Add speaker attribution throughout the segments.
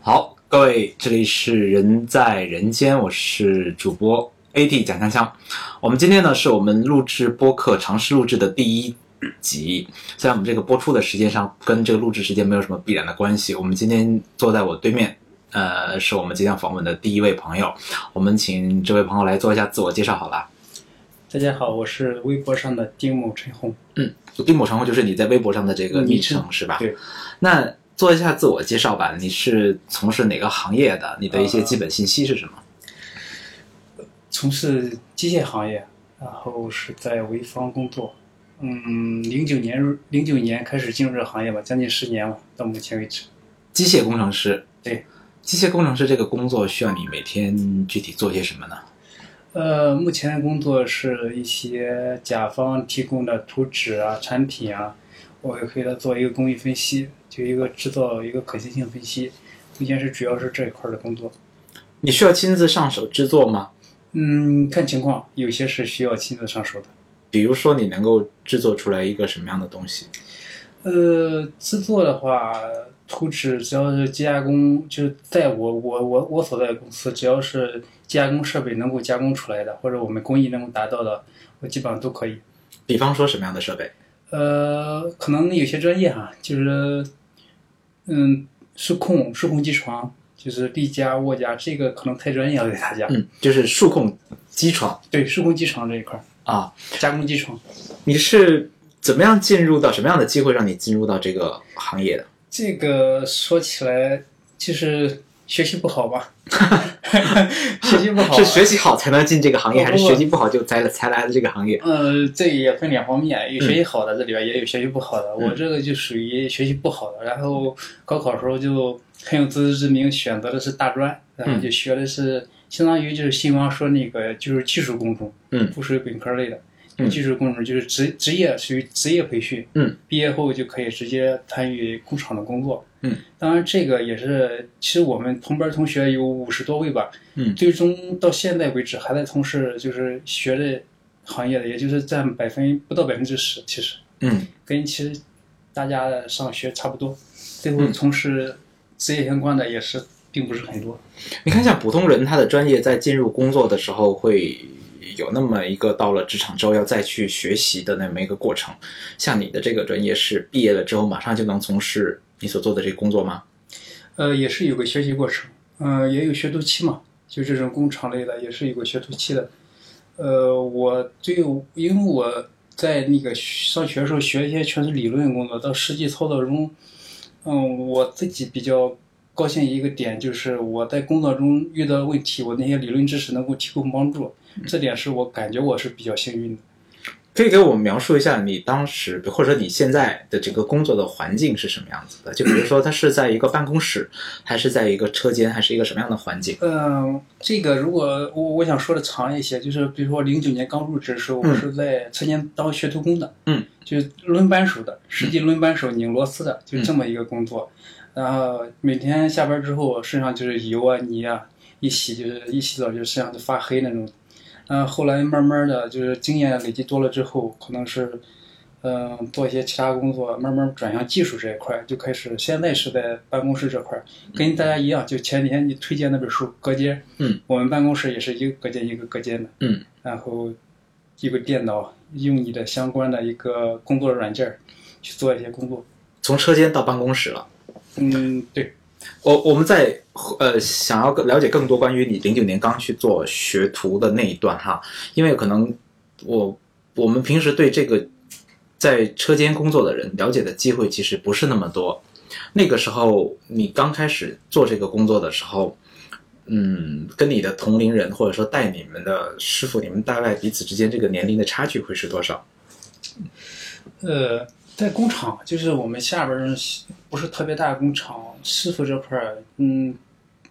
Speaker 1: 好，各位，这里是人在人间，我是主播 AT 蒋锵锵。我们今天呢，是我们录制播客尝试录制的第一集。虽然我们这个播出的时间上跟这个录制时间没有什么必然的关系，我们今天坐在我对面，呃，是我们即将访问的第一位朋友。我们请这位朋友来做一下自我介绍好了。
Speaker 2: 大家好，我是微博上的丁某陈红。
Speaker 1: 丁某成红就是你在微博上的这个昵称
Speaker 2: 昵称
Speaker 1: 是吧？
Speaker 2: 对。
Speaker 1: 那做一下自我介绍吧，你是从事哪个行业的？你的一些基本信息是什么？
Speaker 2: 从事机械行业，然后是在潍坊工作。嗯，零九年入零九年开始进入这个行业吧，将近十年了，到目前为止。
Speaker 1: 机械工程师。
Speaker 2: 对，
Speaker 1: 机械工程师这个工作需要你每天具体做些什么呢？
Speaker 2: 呃，目前的工作是一些甲方提供的图纸啊、产品啊，我会给他做一个工艺分析，就一个制造一个可行性分析。目前是主要是这一块儿的工作。
Speaker 1: 你需要亲自上手制作吗？
Speaker 2: 嗯，看情况，有些是需要亲自上手的。
Speaker 1: 比如说，你能够制作出来一个什么样的东西？
Speaker 2: 呃，制作的话，图纸只要是加工，就是在我我我我所在的公司，只要是加工设备能够加工出来的，或者我们工艺能够达到的，我基本上都可以。
Speaker 1: 比方说什么样的设备？
Speaker 2: 呃，可能有些专业哈、就是，嗯，数控、数控机床，就是力加、握加，这个可能太专业了给大家。
Speaker 1: 嗯，就是数控机床
Speaker 2: 对，数控机床这一块儿，
Speaker 1: 啊。
Speaker 2: 加工机床。
Speaker 1: 你是怎么样进入到什么样的机会让你进入到这个行业的？
Speaker 2: 这个说起来，就是学习不好吧？学习不好、啊
Speaker 1: 是学习好才能进这个行业，
Speaker 2: 不
Speaker 1: 还是
Speaker 2: 不
Speaker 1: 学习不好就才来才来的这个行业？
Speaker 2: 呃，这也分两方面，有学
Speaker 1: 嗯
Speaker 2: 习好的，这里边也有学习不好的。我这个就属于学习不好的，然后高考时候就很有自知之明，选择的是大专，然
Speaker 1: 嗯
Speaker 2: 后就学的是、相当于就是新王说那个就是技术工种，
Speaker 1: 嗯
Speaker 2: 不属于本科类的。
Speaker 1: 嗯
Speaker 2: 技术工种就是职职业属于职业培训，
Speaker 1: 嗯，
Speaker 2: 毕业后就可以直接参与工厂的工作，
Speaker 1: 嗯，
Speaker 2: 当然这个也是，其实我们同班同学有五十多位吧，
Speaker 1: 嗯
Speaker 2: 最终到现在为止还在从事就是学的行业的，也就是占百分不到百分之十，其实
Speaker 1: 嗯，
Speaker 2: 跟其实大家的上学差不多。最后从事职业相关的也是并不是很多。
Speaker 1: 你看，像普通人，他的专业在进入工作的时候，会有那么一个到了职场之后要再去学习的那么一个过程。像你的这个专业是毕业了之后马上就能从事你所做的这个工作吗？
Speaker 2: 呃，也是有个学习过程，呃，也有学徒期嘛，就这种工厂类的也是有个学徒期的。呃，我对，因为我在那个上学的时候学一些全是理论工作，到实际操作中，嗯，我自己比较高兴一个点就是我在工作中遇到的问题，我那些理论知识能够提供帮助，这点是我感觉我是比较幸运的。
Speaker 1: 可以给我们描述一下你当时，或者说你现在的这个工作的环境是什么样子的？就比如说，它是在一个办公室，还是在一个车间，还是一个什么样的环境？
Speaker 2: 嗯，这个如果我我想说的长一些，就是比如说零九年刚入职的时候，我
Speaker 1: 嗯
Speaker 2: 是在车间当学徒工的，
Speaker 1: 嗯，
Speaker 2: 就是轮班手的，实际轮班手拧螺丝的，
Speaker 1: 嗯
Speaker 2: 就这么一个工作。然后每天下班之后，身上就是油啊泥啊，一洗就是一洗澡就身上就发黑那种。嗯，后来慢慢的就是经验累积多了之后，可能是，嗯、做一些其他工作，慢慢转向技术这一块，就开始现在是在办公室这块，跟大家一样，就前几天你推荐那本书《隔间》，
Speaker 1: 嗯，
Speaker 2: 我们办公室也是一个隔间一个隔间的，
Speaker 1: 嗯，
Speaker 2: 然后一个电脑，用你的相关的一个工作软件儿去做一些工作，
Speaker 1: 从车间到办公室了。
Speaker 2: 嗯，对，
Speaker 1: 我我们在呃想要了解更多关于你零九年刚去做学徒的那一段哈，因为可能我我们平时对这个在车间工作的人了解的机会其实不是那么多。那个时候你刚开始做这个工作的时候，嗯，跟你的同龄人或者说带你们的师傅，你们大概彼此之间这个年龄的差距会是多少？
Speaker 2: 呃，在工厂就是我们下边儿不是特别大的工厂，师傅这块儿，嗯，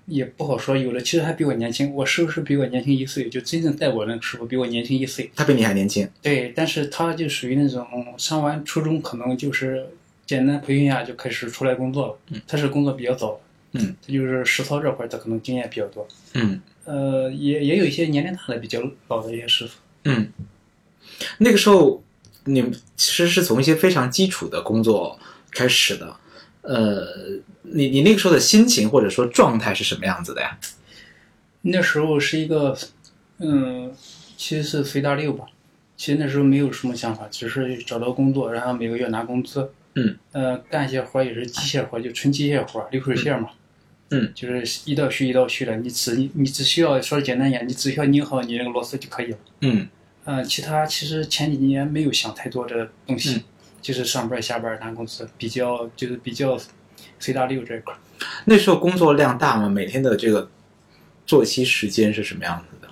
Speaker 2: 也不好说，有的其实还比我年轻，我师傅是比我年轻一岁，就真正带我那个师傅比我年轻一岁，
Speaker 1: 他比你还年轻，
Speaker 2: 对，但是他就属于那种上完初中，可能就是简单培训一下就开始出来工作了。嗯，他是工作比较早，
Speaker 1: 嗯，
Speaker 2: 他就是实操这块儿，他可能经验比较多。
Speaker 1: 嗯
Speaker 2: 呃，也也有一些年龄大的比较老的一些师傅。
Speaker 1: 嗯，那个时候你们其实是从一些非常基础的工作开始的，呃，你你那个时候的心情或者说状态是什么样子的呀？
Speaker 2: 那时候是一个，嗯，其实是随大流吧。其实那时候没有什么想法，只是找到工作，然后每个月拿工资。
Speaker 1: 嗯。
Speaker 2: 呃，干些活也是机械活，就纯机械活，流水线嘛。
Speaker 1: 嗯。
Speaker 2: 就是一道虚一道虚的，你只你你只需要说简单一点，你只需要拧好你那个螺丝就可以了。
Speaker 1: 嗯
Speaker 2: 嗯、其他其实前几年没有想太多的东西，
Speaker 1: 嗯
Speaker 2: 就是上班下班拿工资，比较就是比较随大流这一块儿。
Speaker 1: 那时候工作量大吗？每天的这个作息时间是什么样子的？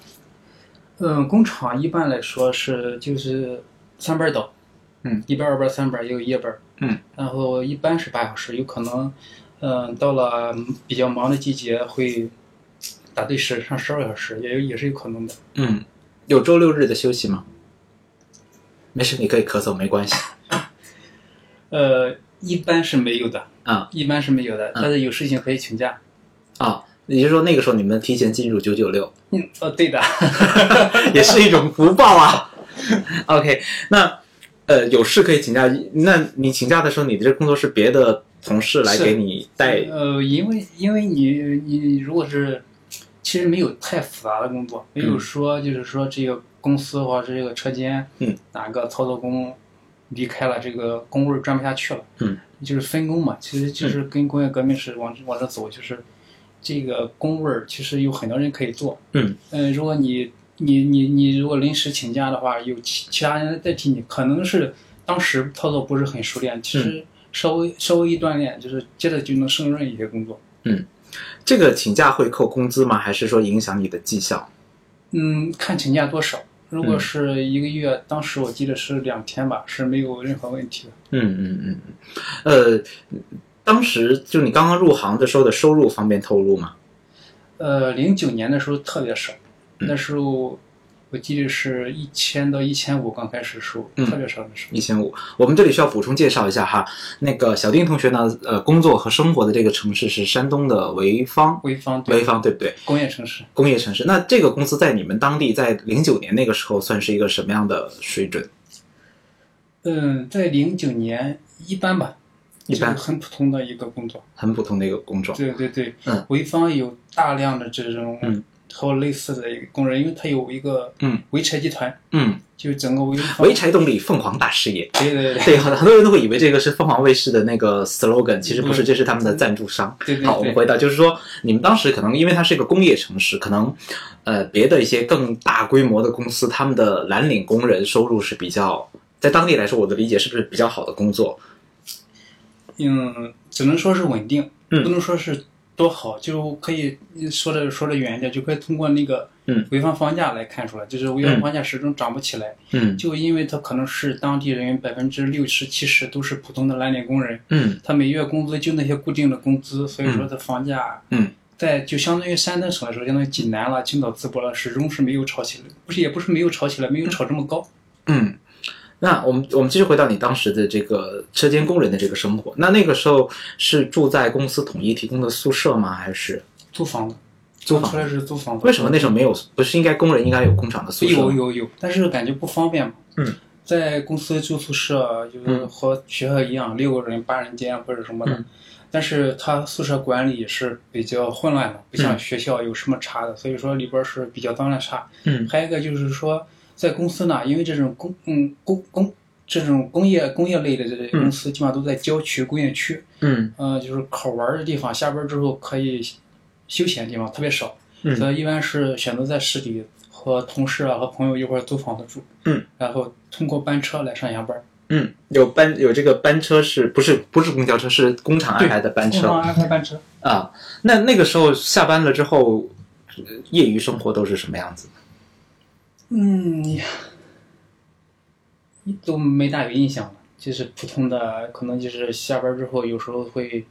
Speaker 2: 嗯，工厂一般来说是就是三班倒，
Speaker 1: 嗯，
Speaker 2: 一班、二班、三班也有夜班，
Speaker 1: 嗯，
Speaker 2: 然后一般是八小时，有可能，嗯、到了嗯比较忙的季节会打对十上十二小时，也有也是有可能的。
Speaker 1: 嗯，有周六日的休息吗？没事，你可以咳嗽，没关系。
Speaker 2: 呃，一般是没有的，
Speaker 1: 啊
Speaker 2: 一般是没有的，但是有事情可以请假。
Speaker 1: 啊，也就是说那个时候你们提前进入九九六，
Speaker 2: 嗯，哦，对的，
Speaker 1: 也是一种福报啊。OK，那呃有事可以请假，那你请假的时候，你的这工作是别的同事来
Speaker 2: 是
Speaker 1: 给你带
Speaker 2: 呃，因为因为你你如果是，其实没有太复杂的工作，没有说就是说这个公司或者是这个车间，
Speaker 1: 嗯，
Speaker 2: 哪个操作工离开了这个工位儿转不下去了，
Speaker 1: 嗯，
Speaker 2: 就是分工嘛，其实就是跟工业革命是往往这走，就是这个工位儿其实有很多人可以做，
Speaker 1: 嗯
Speaker 2: 呃，如果你你你你如果临时请假的话，有其其他人代替你，可能是当时操作不是很熟练，其
Speaker 1: 嗯
Speaker 2: 实稍微、稍微一锻炼，就是接着就能胜任一些工作。
Speaker 1: 这个请假会扣工资吗？还是说影响你的绩效？
Speaker 2: 嗯，看请假多少。如果
Speaker 1: 嗯
Speaker 2: 是一个月，当时我记得是两天吧，是没有任何问题的。
Speaker 1: 嗯嗯嗯，嗯呃，当时就你刚刚入行的时候的收入方便透露吗？
Speaker 2: 呃，零九年的时候特别少，
Speaker 1: 嗯
Speaker 2: 那时候我记得是一千到一千五刚开始收，
Speaker 1: 嗯
Speaker 2: 特别少的时候。
Speaker 1: 一千五。我们这里需要补充介绍一下哈，那个小丁同学呢，呃，工作和生活的这个城市是山东的潍坊，
Speaker 2: 潍坊对
Speaker 1: 潍坊对不对？
Speaker 2: 工业城市，
Speaker 1: 工业城市。那这个公司在你们当地，在零九年那个时候算是一个什么样的水准？
Speaker 2: 嗯，在零九年一般吧，
Speaker 1: 一般
Speaker 2: 就是很普通的一个工作。
Speaker 1: 很普通的一个工种。
Speaker 2: 对对对，
Speaker 1: 嗯
Speaker 2: 潍坊有大量的这种
Speaker 1: 嗯
Speaker 2: 和我类似的一个工人，因为它有一个
Speaker 1: 嗯
Speaker 2: 潍柴集团，
Speaker 1: 嗯，
Speaker 2: 就整个潍坊，
Speaker 1: 潍柴动力，凤凰大事业。
Speaker 2: 对对对
Speaker 1: 对，很很多人都会以为这个是凤凰卫视的那个 slogan，其实不是，这是他们的赞助商。
Speaker 2: 对对对
Speaker 1: 好，我们回到就是说，你们当时可能因为它是一个工业城市，可能呃别的一些更大规模的公司，他们的蓝领工人收入是比较，在当地来说，我的理解是不是比较好的工作？
Speaker 2: 嗯，只能说是稳定，
Speaker 1: 嗯
Speaker 2: 不能说是多好，就可以说的说的远一点，就可以通过那个
Speaker 1: 嗯
Speaker 2: 潍坊房价来看出来，就是潍
Speaker 1: 嗯
Speaker 2: 坊房价始终涨不起来，
Speaker 1: 嗯
Speaker 2: 就因为它可能是当地人百分之六十七十都是普通的蓝领工人，
Speaker 1: 嗯
Speaker 2: 他每月工资就那些固定的工资，所以说他房价，
Speaker 1: 嗯，
Speaker 2: 在就相当于山东省来说，相当于济南了、啊青岛、淄博了，始终是没有炒起来，不是也不是没有炒起来，没有炒这么高。
Speaker 1: 嗯。那我们我们继续回到你当时的这个车间工人的这个生活。那那个时候是住在公司统一提供的宿舍吗？还是
Speaker 2: 租房子，
Speaker 1: 租房
Speaker 2: 出来是租房子，
Speaker 1: 为什么那时候没有？不是应该工人应该有工厂的宿舍吗？
Speaker 2: 有有有，但是感觉不方便嘛。
Speaker 1: 嗯，
Speaker 2: 在公司住宿舍就是
Speaker 1: 嗯
Speaker 2: 和学校一样，六个人、八人间或者什么的。
Speaker 1: 嗯
Speaker 2: 但是他宿舍管理也是比较混乱的，不像学校有什么查的，所以说里边是比较脏乱差。
Speaker 1: 嗯
Speaker 2: 还有一个就是说，在公司呢，因为这种工嗯工工这种工业工业类的这些公司，基本上都在郊区、工业区，
Speaker 1: 嗯
Speaker 2: 呃，就是好玩儿的地方，下班之后可以休闲的地方特别少，
Speaker 1: 嗯
Speaker 2: 所以一般是选择在市里和同事啊和朋友一块儿租房子住，
Speaker 1: 嗯，
Speaker 2: 然后通过班车来上下班儿，
Speaker 1: 嗯，有班有这个班车是不是不是公交车是工厂安排的班
Speaker 2: 通常
Speaker 1: 车
Speaker 2: 安排班车。
Speaker 1: 啊？那那个时候下班了之后，呃业余生活都是什么样子？
Speaker 2: 嗯，呀，都没大有印象了，就是普通的，可能就是下班之后有时候会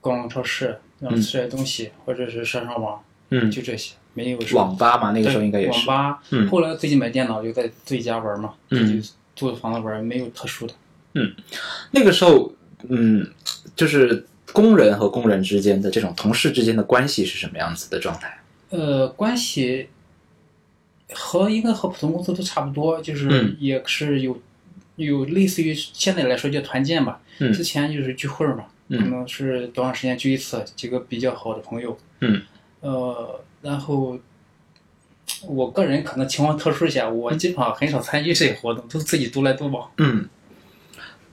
Speaker 2: 逛逛超市，然后
Speaker 1: 嗯
Speaker 2: 吃点东西，或者是上上网，
Speaker 1: 嗯，
Speaker 2: 就这些，没有什么。
Speaker 1: 网吧嘛，那个时候应该也
Speaker 2: 网
Speaker 1: 是。
Speaker 2: 吧，
Speaker 1: 嗯
Speaker 2: 后来自己买电脑就在自己家玩嘛，
Speaker 1: 嗯
Speaker 2: 自己租的房子玩，没有特殊的。
Speaker 1: 那个时候，嗯，就是工人和工人之间的这种同事之间的关系是什么样子的状态？
Speaker 2: 呃，关系和应该和普通公司都差不多，就是
Speaker 1: 嗯
Speaker 2: 也是有、有类似于现在来说叫团建吧，
Speaker 1: 嗯
Speaker 2: 之前就是聚会嘛，
Speaker 1: 嗯
Speaker 2: 可能是多长时间聚一次，几个比较好的朋友，
Speaker 1: 嗯，
Speaker 2: 呃，然后我个人可能情况特殊一些，我基本上很少参与这些活动，都自己独来独往。
Speaker 1: 嗯，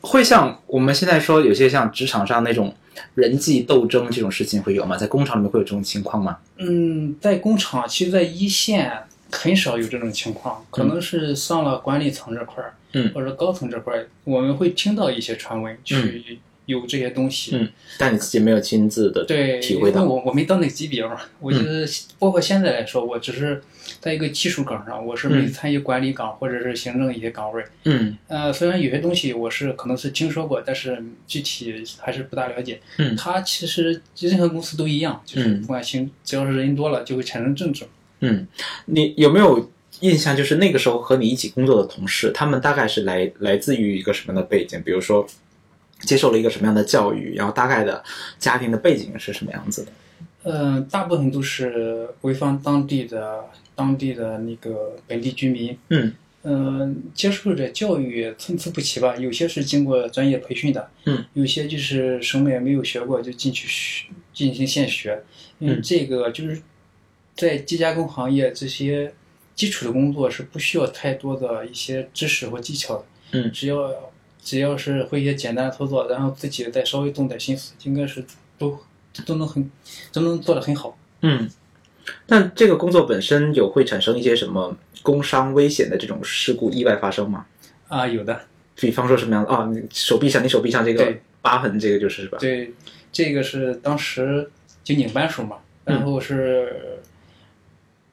Speaker 1: 会像我们现在说有些像职场上那种人际斗争这种事情会有吗？在工厂里面会有这种情况吗？
Speaker 2: 嗯，在工厂，其实，在一线很少有这种情况，可能是上了管理层这块儿，
Speaker 1: 嗯
Speaker 2: 或者高层这块儿，我们会听到一些传闻，去有这些东西。
Speaker 1: 嗯但你自己没有亲自的
Speaker 2: 对，
Speaker 1: 体
Speaker 2: 因
Speaker 1: 会
Speaker 2: 为
Speaker 1: 到。嗯
Speaker 2: 我我没到那个级别嘛，我觉得包括现在来说，我只是在一个技术岗上，我是没
Speaker 1: 嗯
Speaker 2: 参与管理岗或者是行政一些岗位。
Speaker 1: 嗯
Speaker 2: 呃，虽然有些东西我是可能是听说过，但是具体还是不大了解。
Speaker 1: 嗯
Speaker 2: 它其实任何公司都一样，就是
Speaker 1: 嗯
Speaker 2: 不管行，只要是人多了，就会产生政治。
Speaker 1: 嗯，你有没有印象？就是那个时候和你一起工作的同事，他们大概是来来自于一个什么样的背景？比如说。接受了一个什么样的教育，然后大概的家庭的背景是什么样子的？
Speaker 2: 嗯、大部分都是潍坊当地的当地的那个本地居民，
Speaker 1: 嗯
Speaker 2: 嗯、接受的教育参差不齐吧，有些是经过专业培训的，
Speaker 1: 嗯，
Speaker 2: 有些就是什么也没有学过就进去学进行现学，因为
Speaker 1: 嗯
Speaker 2: 这个就是在机加工行业这些基础的工作是不需要太多的一些知识或技巧的，
Speaker 1: 嗯
Speaker 2: 只要只要是会一些简单的操作，然后自己再稍微动点心思，应该是都都能很都能做得很好。
Speaker 1: 嗯，但这个工作本身有会产生一些什么工伤危险的这种事故意外发生吗？
Speaker 2: 啊，有的，
Speaker 1: 比方说什么样的啊？你手臂上，你手臂上这个
Speaker 2: 对
Speaker 1: 疤痕，这个就是是吧？
Speaker 2: 对，这个是当时就领班属嘛，
Speaker 1: 嗯
Speaker 2: 然后是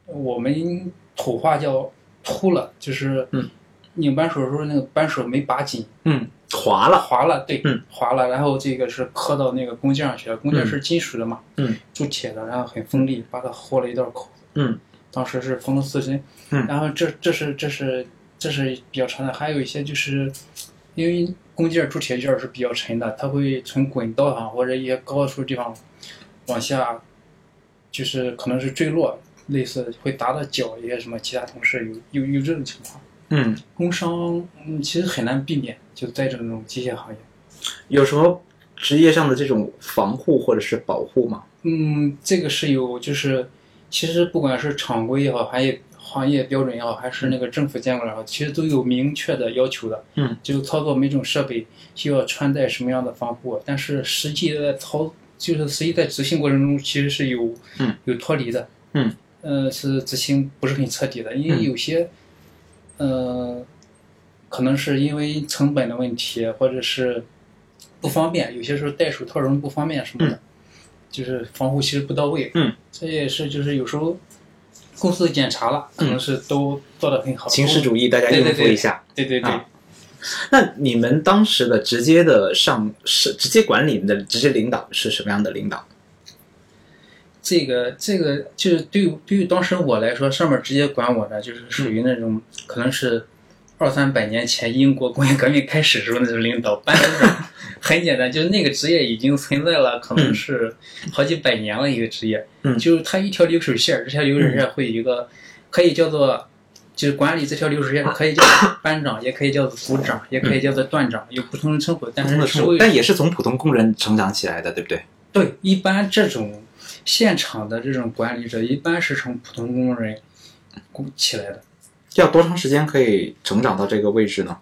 Speaker 2: 我们土话叫秃了，就是
Speaker 1: 嗯
Speaker 2: 领班属的时候那个扳手没拔紧，
Speaker 1: 嗯，划了，
Speaker 2: 划了，对，
Speaker 1: 嗯
Speaker 2: 划了，然后这个是磕到那个弓箭上去了，弓箭
Speaker 1: 嗯
Speaker 2: 是金属的嘛，
Speaker 1: 嗯，
Speaker 2: 铸铁的，然后很锋利，把它豁了一道口，
Speaker 1: 嗯
Speaker 2: 当时是缝了四针，
Speaker 1: 嗯
Speaker 2: 然后这这是这是这是比较长的，还有一些就是因为弓箭儿铸铁件儿是比较沉的，它会从滚道上或者一些高处地方往下，就是可能是坠落，类似会打到脚一些什么，其他同事有有有这种情况。
Speaker 1: 嗯，
Speaker 2: 工伤，嗯，其实很难避免，就在这种机械行业。
Speaker 1: 有什么职业上的这种防护或者是保护吗？
Speaker 2: 嗯，这个是有，就是其实不管是常规也好，还有行业标准也好，还是那个政府监管也好，其实都有明确的要求的。
Speaker 1: 嗯，
Speaker 2: 就是操作每种设备需要穿戴什么样的防护，但是实际在操，就是实际在执行过程中，其实是有
Speaker 1: 嗯
Speaker 2: 有脱离的。
Speaker 1: 嗯，
Speaker 2: 呃，是执行不是很彻底的，因为
Speaker 1: 嗯
Speaker 2: 有些，呃，可能是因为成本的问题，或者是不方便，有些时候戴手套容易不方便什么的。就是防护其实不到位。
Speaker 1: 嗯，
Speaker 2: 这也是就是有时候公司检查了，可能是都做得很好。
Speaker 1: 形式
Speaker 2: 都
Speaker 1: 嗯主义，大家
Speaker 2: 对
Speaker 1: 应
Speaker 2: 对
Speaker 1: 付一下。
Speaker 2: 对对对，
Speaker 1: 啊那你们当时的直接的上是直接管理你们的直接领导是什么样的领导？
Speaker 2: 这个这个就是对于对于当时我来说，上面直接管我的就是属于那种、可能是。二三百年前，英国工业革命开始时候那种领导班 长，很简单，就是那个职业已经存在了，可能是好几百年了一个职业。
Speaker 1: 嗯
Speaker 2: 就是它一条流水线儿，这条流水线儿会有一个，可以叫做，就是管理这条流水线儿，可以叫做班长，也可以叫做组长，也可以叫做段长，有不嗯同的称呼，但是职位
Speaker 1: 但也是从普通工人成长起来的，对不对？
Speaker 2: 对，一般这种现场的这种管理者，一般是从普通工人鼓起来的。
Speaker 1: 要多长时间可以成长到这个位置呢？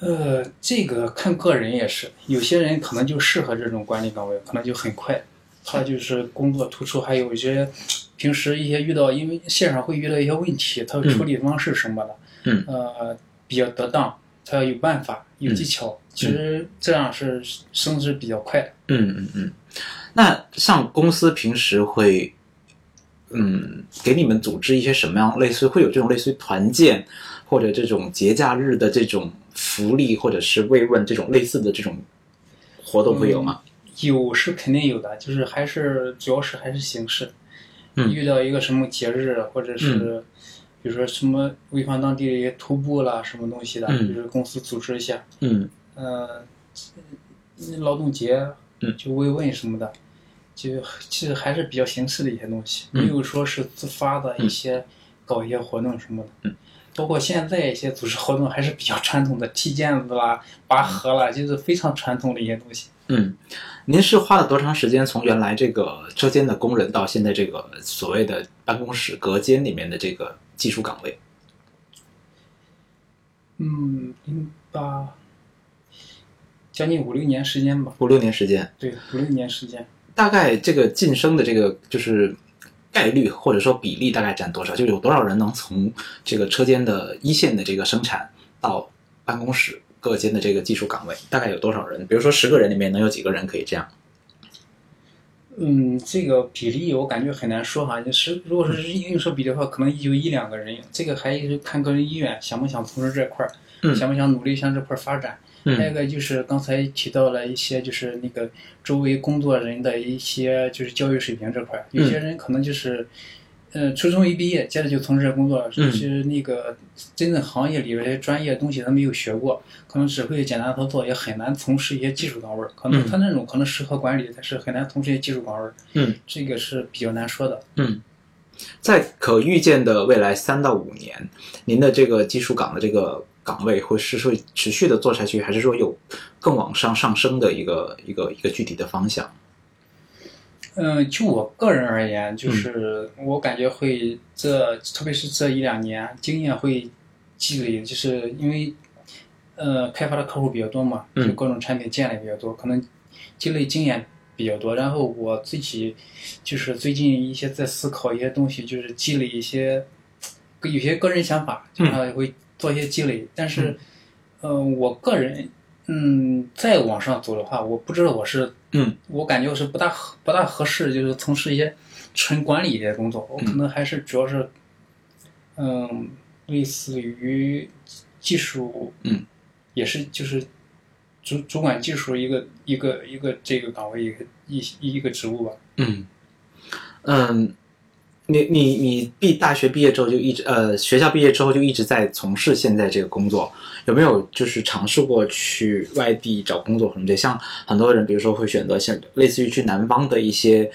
Speaker 2: 呃，这个看个人也是，有些人可能就适合这种管理岗位，可能就很快，他就是工作突出，还有一些平时一些遇到，因为现场会遇到一些问题，他的处理方式什么的，
Speaker 1: 嗯，
Speaker 2: 呃，比较得当，他有办法，有技巧，其实这样是升职比较快的。
Speaker 1: 嗯嗯嗯，那像公司平时会，嗯，给你们组织一些什么样类似会有这种类似于团建或者这种节假日的这种福利或者是慰问这种类似的这种活动会有吗？
Speaker 2: 有是肯定有的，就是还是主要是还是形式。
Speaker 1: 嗯
Speaker 2: 遇到一个什么节日，或者是比如说什么潍坊当地徒步啦，什么东西的，
Speaker 1: 嗯
Speaker 2: 就是公司组织一下，
Speaker 1: 嗯
Speaker 2: 呃，劳动节
Speaker 1: 嗯
Speaker 2: 就慰问什么的，就其实还是比较形式的一些东西，
Speaker 1: 嗯
Speaker 2: 没有说是自发的一些、搞一些活动什么的。
Speaker 1: 嗯
Speaker 2: 包括现在一些组织活动还是比较传统的，踢毽子啦、拔河啦，就是非常传统的一些东西。
Speaker 1: 嗯嗯，您是花了多长时间从原来这个车间的工人到现在这个所谓的办公室隔间里面的这个技术岗位？
Speaker 2: 嗯，零八将近五六年时间吧，
Speaker 1: 五六年时间，
Speaker 2: 对，五六年时间。
Speaker 1: 大概这个晋升的这个就是呃概率或者说比例大概占多少？就有多少人能从这个车间的一线的这个生产到办公室各间的这个技术岗位？大概有多少人？比如说十个人里面能有几个人可以这样？
Speaker 2: 嗯，这个比例我感觉很难说哈，就是如果是硬说比例的话，可能也就一两个人有。这个还是看个人意愿，想不想从事这块儿，
Speaker 1: 嗯
Speaker 2: 想不想努力向这块儿发展。还有一
Speaker 1: 嗯
Speaker 2: 个就是刚才提到了一些，就是那个周围工作人的一些就是教育水平这块儿，有些人可能就是，呃，初中一毕业，接着就从事工作，
Speaker 1: 嗯
Speaker 2: 其实那个真正行业里边的专业东西他没有学过，可能只会简单操作，也很难从事一些技术岗位儿。可能
Speaker 1: 嗯
Speaker 2: 他那种可能适合管理，但是很难从事一些技术岗位儿，
Speaker 1: 嗯
Speaker 2: 这个是比较难说的。
Speaker 1: 嗯，在可预见的未来三到五年，您的这个技术岗的这个岗位会是会持续的做下去，还是说有更往上上升的一个一个一个具体的方向？
Speaker 2: 嗯，就我个人而言，
Speaker 1: 嗯
Speaker 2: 就是我感觉会这，特别是这一两年经验会积累，就是因为呃开发的客户比较多嘛，
Speaker 1: 嗯
Speaker 2: 就各种产品建立比较多，可能积累经验比较多。然后我自己就是最近一些在思考一些东西，就是积累一些有些个人想法，
Speaker 1: 嗯
Speaker 2: 然后也会做一些积累。但是，呃，我个人嗯再往上走的话，我不知道我是
Speaker 1: 嗯
Speaker 2: 我感觉我是不大合不大合适，就是从事一些纯管理的工作。我可能还是主要是，嗯，类似于技术，
Speaker 1: 嗯，
Speaker 2: 也是就是主主管技术一个一个一个这个岗位一个一一个职务吧。
Speaker 1: 嗯，嗯，你你你毕大学毕业之后就一直呃学校毕业之后就一直在从事现在这个工作，有没有就是尝试过去外地找工作什么的？像很多人，比如说会选择像类似于去南方的一些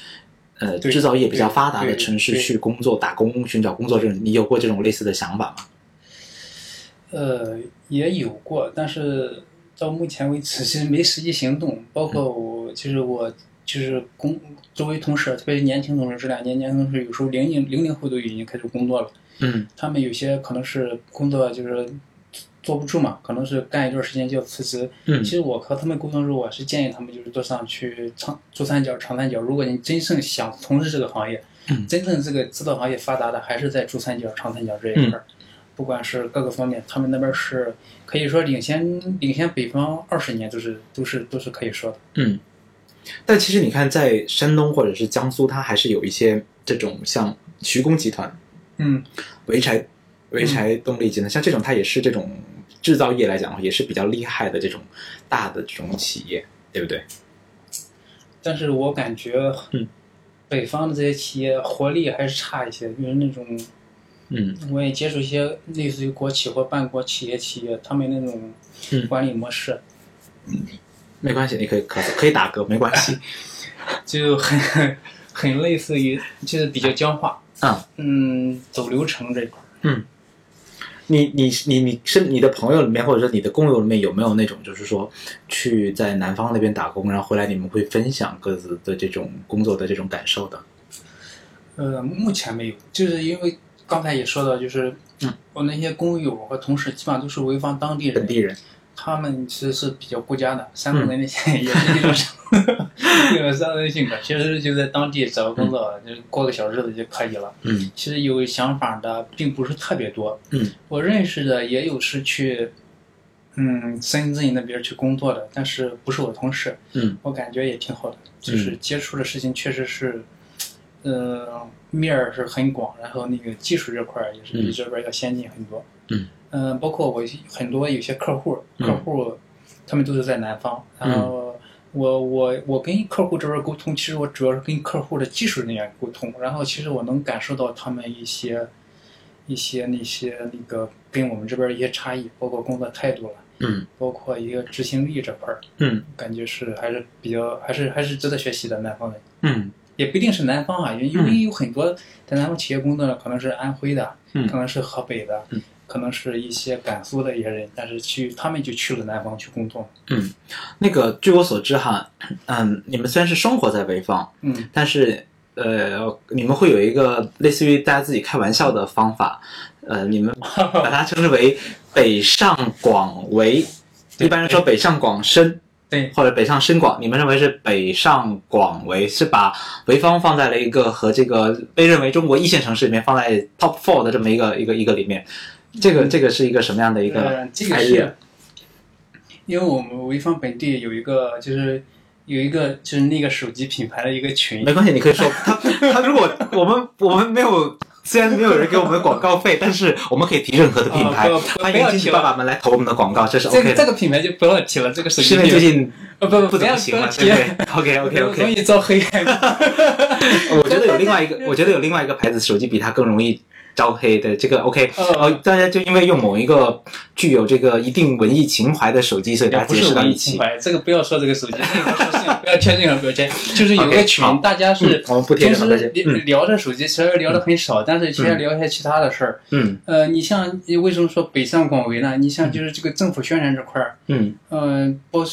Speaker 1: 呃
Speaker 2: 对
Speaker 1: 制造业比较发达的
Speaker 2: 对
Speaker 1: 城市
Speaker 2: 对
Speaker 1: 去工作、打工、寻找工作这种，你有过这种类似的想法吗？
Speaker 2: 呃，也有过，但是到目前为止其实没实际行动。包括我，就是我，就是工周围同事，特别是年轻同事，这两年年轻同事有时候零零零零后都已经开始工作了。
Speaker 1: 嗯
Speaker 2: 他们有些可能是工作就是坐不住嘛，可能是干一段时间就要辞职。
Speaker 1: 嗯
Speaker 2: 其实我和他们沟通的时候，我是建议他们就是多上去长珠三角、长三角。如果你真正想从事这个行业，
Speaker 1: 嗯
Speaker 2: 真正这个制造行业发达的还是在珠三角、长三角这一块儿。嗯不管是各个方面，他们那边是可以说领先领先北方二十年，都是都是都是可以说的。
Speaker 1: 嗯，但其实你看，在山东或者是江苏，它还是有一些这种像徐工集团。
Speaker 2: 嗯，
Speaker 1: 潍柴潍柴动力集团，像这种它也是这种制造业来讲的话，也是比较厉害的这种大的这种企业，对不对？
Speaker 2: 但是我感觉
Speaker 1: 嗯，
Speaker 2: 北方的这些企业活力还是差一些，就是那种
Speaker 1: 嗯
Speaker 2: 我也接触一些类似于国企或半国企业企业，他们那种
Speaker 1: 嗯
Speaker 2: 管理模式、
Speaker 1: 没关系，你可以可可以打嗝，没 关系。
Speaker 2: 就很很类似于，就是比较僵化。
Speaker 1: 啊，
Speaker 2: 嗯，走流程这块儿。
Speaker 1: 你你你你是你的朋友里面，或者说你的工友里面有没有那种，就是说去在南方那边打工，然后回来你们会分享各自的这种工作的这种感受的？
Speaker 2: 呃，目前没有，就是因为刚才也说到，就是、
Speaker 1: 嗯
Speaker 2: 我那些工友和同事基本上都是潍坊当地
Speaker 1: 本
Speaker 2: 人，
Speaker 1: 地嗯人，
Speaker 2: 他们其实是比较顾家的，山东人那些也是一种 山一种山东人性格，其实就在当地找个工作，就过个小日子就可以了。
Speaker 1: 嗯
Speaker 2: 其实有想法的并不是特别多。
Speaker 1: 嗯，
Speaker 2: 我认识的也有是去，嗯，深圳那边去工作的，但是不是我同事，
Speaker 1: 嗯
Speaker 2: 我感觉也挺好的，就是接触的事情确实是，呃，面儿是很广，然后那个技术这块儿也是比
Speaker 1: 嗯
Speaker 2: 这边儿要先进很多。
Speaker 1: 嗯，
Speaker 2: 嗯、包括我很多有些客户，
Speaker 1: 嗯
Speaker 2: 客户他们都是在南方，然后。我我我跟客户这边沟通，其实我主要是跟客户的技术人员沟通，然后其实我能感受到他们一些一些那些那个跟我们这边一些差异，包括工作态度了，
Speaker 1: 嗯
Speaker 2: 包括一个执行力这块儿，
Speaker 1: 嗯
Speaker 2: 感觉是还是比较还是还是值得学习的南方的，
Speaker 1: 嗯
Speaker 2: 也不一定是南方啊，因为因为有很多在南方企业工作的可能是安徽的，
Speaker 1: 嗯
Speaker 2: 可能是河北的，
Speaker 1: 嗯
Speaker 2: 可能是一些甘肃的一些人，但是去他们就去了南方去工作。
Speaker 1: 那个，据我所知哈，嗯，你们虽然是生活在潍坊，
Speaker 2: 嗯，
Speaker 1: 但是呃，你们会有一个类似于大家自己开玩笑的方法，呃，你们把它称之为北上广潍，一般人说北上广深
Speaker 2: 对，
Speaker 1: 或者北上深广，你们认为是北上广潍，是把潍坊放在了一个和这个被认为中国一线城市里面放在 top four 的这么一个一个一个里面，这个这个是一个什么样的一个
Speaker 2: 嗯呃，这个
Speaker 1: idea？
Speaker 2: 是因为我们潍坊本地有一个就是有一个就是那个手机品牌的一个群
Speaker 1: 没，关系，你可以 说他他如果我们我们没有，虽然没有人给我们广告费，但是我们可以提任何的品牌，
Speaker 2: 啊不不
Speaker 1: 欢迎
Speaker 2: 不要
Speaker 1: 亲戚
Speaker 2: 提了
Speaker 1: 爸爸们来投我们的广告，这是
Speaker 2: 这
Speaker 1: OK
Speaker 2: 个这
Speaker 1: 的。
Speaker 2: 个品牌就不要提了，这个手
Speaker 1: 是
Speaker 2: 机
Speaker 1: 因
Speaker 2: 品
Speaker 1: 为最
Speaker 2: 牌
Speaker 1: 近
Speaker 2: 呃不不
Speaker 1: 不
Speaker 2: 不
Speaker 1: 怎
Speaker 2: 要
Speaker 1: 么
Speaker 2: 不
Speaker 1: 行
Speaker 2: 要
Speaker 1: 了，
Speaker 2: 提
Speaker 1: 对不对？OK OK
Speaker 2: 容
Speaker 1: OK，
Speaker 2: 易招黑。
Speaker 1: 我觉得有另外一个，我觉得有另外一个牌子手机比它更容易招黑的，这个 OK。
Speaker 2: 呃
Speaker 1: 呃，大家就因为用某一个具有这个一定文艺情怀的手机，所以大
Speaker 2: 也
Speaker 1: 家
Speaker 2: 不
Speaker 1: 结
Speaker 2: 是
Speaker 1: 识到
Speaker 2: 文
Speaker 1: 一
Speaker 2: 艺
Speaker 1: 起
Speaker 2: 情。怀，这个不要说这个手机，这个不说性不要贴任何标签，就是有
Speaker 1: OK，
Speaker 2: 个群
Speaker 1: 好，
Speaker 2: 大家是
Speaker 1: 嗯我们不贴
Speaker 2: 平
Speaker 1: 任何
Speaker 2: 时
Speaker 1: 标签。
Speaker 2: 聊
Speaker 1: 嗯
Speaker 2: 聊着手机，其实聊的很少，但是其实聊一些其他的事儿。
Speaker 1: 嗯
Speaker 2: 呃，你像你为什么说北上广为呢？你像就是这个政府宣传这块儿，
Speaker 1: 嗯
Speaker 2: 呃，包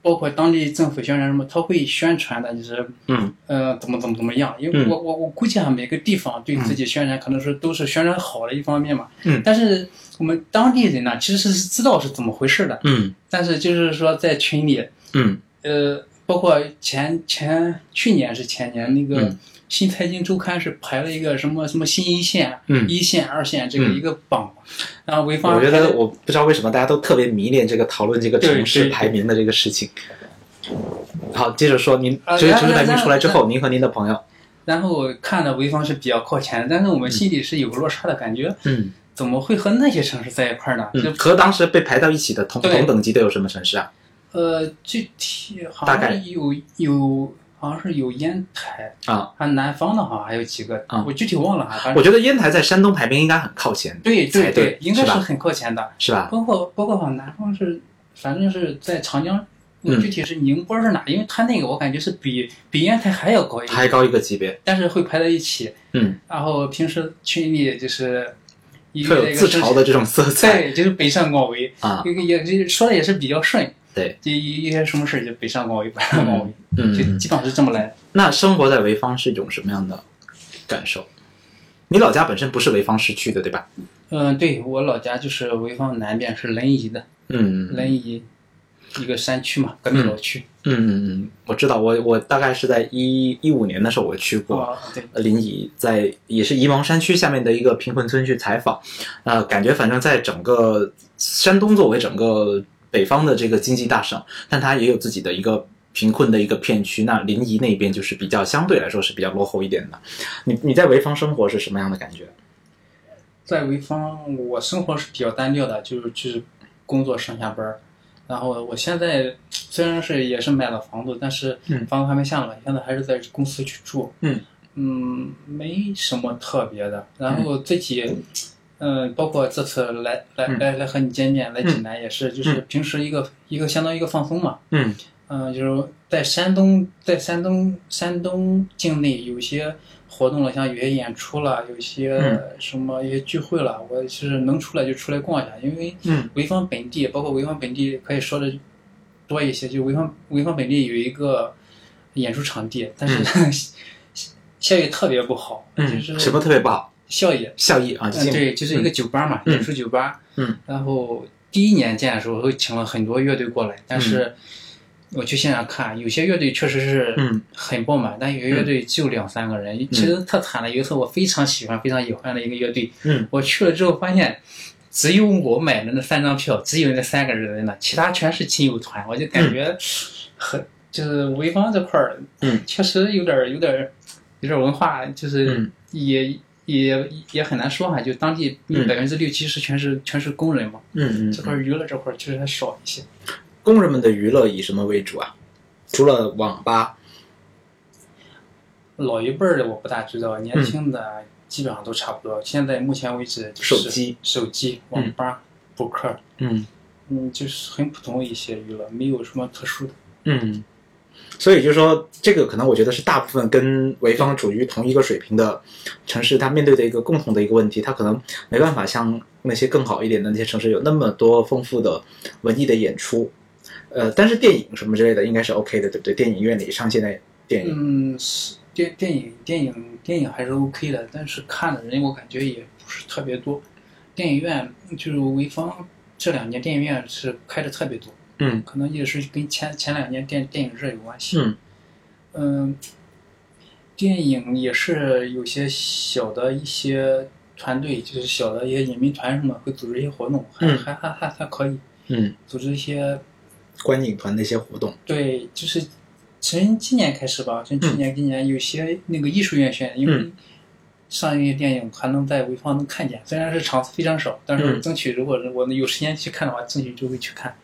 Speaker 2: 包括当地政府宣传什么，他会宣传的，就是
Speaker 1: 嗯
Speaker 2: 呃怎么怎么怎么样。因为
Speaker 1: 嗯
Speaker 2: 我我我估计啊，每个地方对自己宣传可能说都是宣传好的一方面嘛。
Speaker 1: 嗯
Speaker 2: 但是我们当地人呢，其实是知道是怎么回事的，
Speaker 1: 嗯
Speaker 2: 但是就是说在群里，
Speaker 1: 嗯
Speaker 2: 呃，包括前前去年是前年那个《
Speaker 1: 嗯
Speaker 2: 新财经周刊》是排了一个什么什么新一线、啊
Speaker 1: 嗯。
Speaker 2: 一线、二线这个
Speaker 1: 嗯
Speaker 2: 一个榜，然后潍坊
Speaker 1: 我觉
Speaker 2: 排
Speaker 1: 得
Speaker 2: 的
Speaker 1: 我不知道为什么大家都特别迷恋这个讨论这个城市
Speaker 2: 嗯对对
Speaker 1: 排名的这个事情。好，接着说，您
Speaker 2: 啊
Speaker 1: 这个
Speaker 2: 然后
Speaker 1: 城市排名
Speaker 2: 然后
Speaker 1: 出来之后，您和您的朋友，
Speaker 2: 然后我看到潍坊是比较靠前的，但是我们心里是有个落差的感觉，
Speaker 1: 嗯
Speaker 2: 怎么会和那些城市在一块儿呢？就
Speaker 1: 嗯，和当时被排到一起的同
Speaker 2: 对
Speaker 1: 同等级的有什么城市啊？
Speaker 2: 呃，具体好
Speaker 1: 大概
Speaker 2: 像是有有好像是有烟台
Speaker 1: 啊，
Speaker 2: 还南方的好像还有几个，
Speaker 1: 啊
Speaker 2: 我具体忘了啊，反
Speaker 1: 我
Speaker 2: 正
Speaker 1: 觉得烟台在山东排名应该很靠前，
Speaker 2: 对
Speaker 1: 才对
Speaker 2: 对对，应该
Speaker 1: 是
Speaker 2: 是
Speaker 1: 吧
Speaker 2: 很靠前的。
Speaker 1: 是吧？
Speaker 2: 包括包括好像南方是，反正是在长江，我
Speaker 1: 嗯
Speaker 2: 具体是宁波是哪？因为它那个我感觉是比比烟台还要高一点，
Speaker 1: 还高一个级别，
Speaker 2: 但是会排在一起。
Speaker 1: 嗯，
Speaker 2: 然后平时群里就是一
Speaker 1: 会
Speaker 2: 个
Speaker 1: 有
Speaker 2: 一个
Speaker 1: 自嘲的这种色彩
Speaker 2: 对，就是北上广为，
Speaker 1: 啊。
Speaker 2: 一个也就是说的也是比较顺。
Speaker 1: 对，
Speaker 2: 就一一些什么事儿就北上广为，北上广为，就
Speaker 1: 嗯，
Speaker 2: 基本上是这么来的。
Speaker 1: 那生活在潍坊是一种什么样的感受？你老家本身不是潍坊市区的，对吧？
Speaker 2: 嗯，对我老家就是潍坊南边是临沂的，
Speaker 1: 嗯，
Speaker 2: 临沂一个山区嘛，革命老区。
Speaker 1: 嗯，嗯，我知道，我我大概是在一一五年的时候我去过
Speaker 2: 啊，对，
Speaker 1: 呃临沂，在也是沂蒙山区下面的一个贫困村去采访，呃，感觉反正在整个山东作为整个北方的这个经济大省，但它也有自己的一个。贫困的一个片区，那临沂那边就是比较相对来说是比较落后一点的。你你在潍坊生活是什么样的感觉？
Speaker 2: 在潍坊，我生活是比较单调的，就是就是工作上下班儿。然后我现在虽然是也是买了房子，但是
Speaker 1: 嗯
Speaker 2: 房子还没下来，现在还是在公司去住。
Speaker 1: 嗯
Speaker 2: 嗯没什么特别的。然后自己，嗯、包括这次来来
Speaker 1: 嗯
Speaker 2: 来来和你见面，来济南也是，就是平时一个一个相当于一个放松嘛。
Speaker 1: 嗯
Speaker 2: 嗯、就是在山东，在山东山东境内有一些活动了，像有些演出了，有一些
Speaker 1: 嗯
Speaker 2: 什么一些聚会了，我是能出来就出来逛一下，因为
Speaker 1: 嗯
Speaker 2: 潍坊本地，包括潍坊本地可以说的多一些，就潍坊潍坊本地有一个演出场地，但是、 效益特别不好，
Speaker 1: 嗯，
Speaker 2: 就是
Speaker 1: 什么特别不好？
Speaker 2: 效益
Speaker 1: 效益啊，
Speaker 2: 嗯，对，就是一个酒吧嘛，
Speaker 1: 嗯
Speaker 2: 演出酒吧。
Speaker 1: 嗯。
Speaker 2: 然后第一年建的时候，会请了很多乐队过来，但
Speaker 1: 嗯
Speaker 2: 是我去现场看，有些乐队确实是
Speaker 1: 嗯
Speaker 2: 很爆满，但有些乐队就两三个人，其实特惨的。有一次我非常喜欢、非常喜欢的一个乐队，
Speaker 1: 嗯
Speaker 2: 我去了之后发现。只有我买的那三张票，只有那三个人了，其他全是亲友团，我就感觉很、就是潍坊这块儿，
Speaker 1: 嗯，
Speaker 2: 确实有点儿有点儿有点文化，就是
Speaker 1: 嗯
Speaker 2: 也、也也很难说哈、就当地
Speaker 1: 嗯
Speaker 2: 百分之六七十全是、全是工人嘛，
Speaker 1: 嗯嗯
Speaker 2: 这块儿娱乐这块儿确实还少一些。
Speaker 1: 工人们的娱乐以什么为主啊？除了网吧，
Speaker 2: 老一辈儿的我不大知道，
Speaker 1: 嗯
Speaker 2: 年轻的基本上都差不多。现在目前为止就是
Speaker 1: 手机、
Speaker 2: 手机、网吧、补课，
Speaker 1: 嗯
Speaker 2: 嗯，就是很普通的一些娱乐，没有什么特殊的。
Speaker 1: 嗯，所以就是说，这个可能我觉得是大部分跟潍坊处于同一个水平的城市，它面对的一个共同的一个问题，它可能没办法像那些更好一点的那些城市有那么多丰富的文艺的演出，呃，但是电影什么之类的应该是 OK 的，对不对？电影院里上现在电影，
Speaker 2: 嗯，是电电影电影电影还是 OK 的，但是看的人我感觉也不是特别多。电影院就是潍坊这两年电影院是开的特别多，
Speaker 1: 嗯
Speaker 2: 可能也是跟前前两年电电影热有关系。
Speaker 1: 嗯
Speaker 2: 嗯，电影也是有些小的一些团队，就是小的一些影迷团什么会组织一些活动，还、
Speaker 1: 嗯
Speaker 2: 还还还还可以
Speaker 1: 嗯，
Speaker 2: 组织一些
Speaker 1: 观影团的一些活动，
Speaker 2: 对，就是从今年开始吧，从去年、今年有些那个艺术院线，因为
Speaker 1: 嗯
Speaker 2: 上映的电影还能在潍坊能看见，虽然是场次非常少，但是
Speaker 1: 嗯
Speaker 2: 争取如果是我能有时间去看的话，争取就会去看。
Speaker 1: 嗯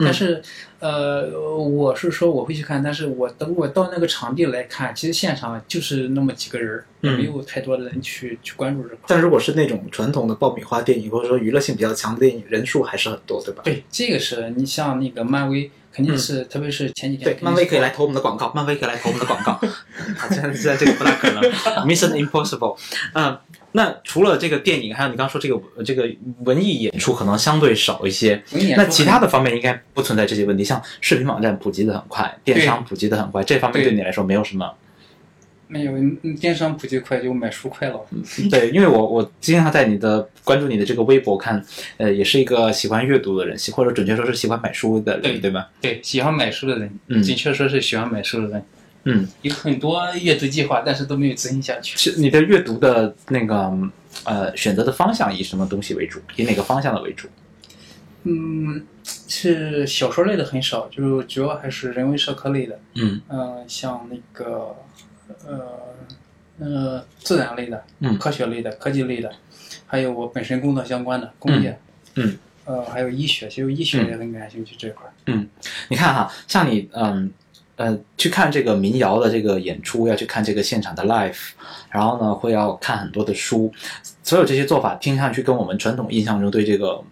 Speaker 2: 但是，呃，我是说我会去看，但是我等我到那个场地来看，其实现场就是那么几个人儿，也
Speaker 1: 嗯
Speaker 2: 没有太多的人去去关注这块儿。
Speaker 1: 但如果是那种传统的爆米花电影，或者说娱乐性比较强的电影，人数还是很多，对吧？
Speaker 2: 对，这个是你像那个漫威，肯定是，特别是前几
Speaker 1: 嗯
Speaker 2: 天
Speaker 1: 对
Speaker 2: 肯，定
Speaker 1: 漫威
Speaker 2: 是
Speaker 1: 可以来投我们的广告，漫威可以来投我们的广 告。啊，现在现在这个不大可能，Mission Impossible。嗯，那除了这个电影，还有你刚刚说这个呃这个文艺演出可能相对少一些，
Speaker 2: 明年
Speaker 1: 那
Speaker 2: 说
Speaker 1: 其
Speaker 2: 很
Speaker 1: 他的方面应该不存在这些问题，像视频网站普及的很快，电商普及的很快，这方面对你来说没有什 么。
Speaker 2: 没有嗯电商普及快就买书快了。
Speaker 1: 对，因为我我经常在你的关注你的这个微博看，呃，也是一个喜欢阅读的人，喜或者准确说是喜欢买书的人，对
Speaker 2: 对
Speaker 1: 吧？
Speaker 2: 对，喜欢买书的人，
Speaker 1: 嗯
Speaker 2: 准确说是喜欢买书的人，
Speaker 1: 嗯，
Speaker 2: 有很多阅读计划，但是都没有执行下去。
Speaker 1: 是你的阅读的那个呃选择的方向以什么东西为主？以哪个方向的为主？
Speaker 2: 嗯，是小说类的很少，就是主要还是人文社科类的，
Speaker 1: 嗯
Speaker 2: 嗯、像那个，呃，呃，自然类的，
Speaker 1: 嗯
Speaker 2: 科学类的，科技类的，还有我本身工作相关的工业，
Speaker 1: 嗯嗯
Speaker 2: 呃，还有医学，其实医学也很感兴趣这一块儿。
Speaker 1: 嗯，你看哈，像你嗯呃去看这个民谣的这个演出，要去看这个现场的 live，然后呢会要看很多的书，所有这些做法听上去跟我们传统印象中对这个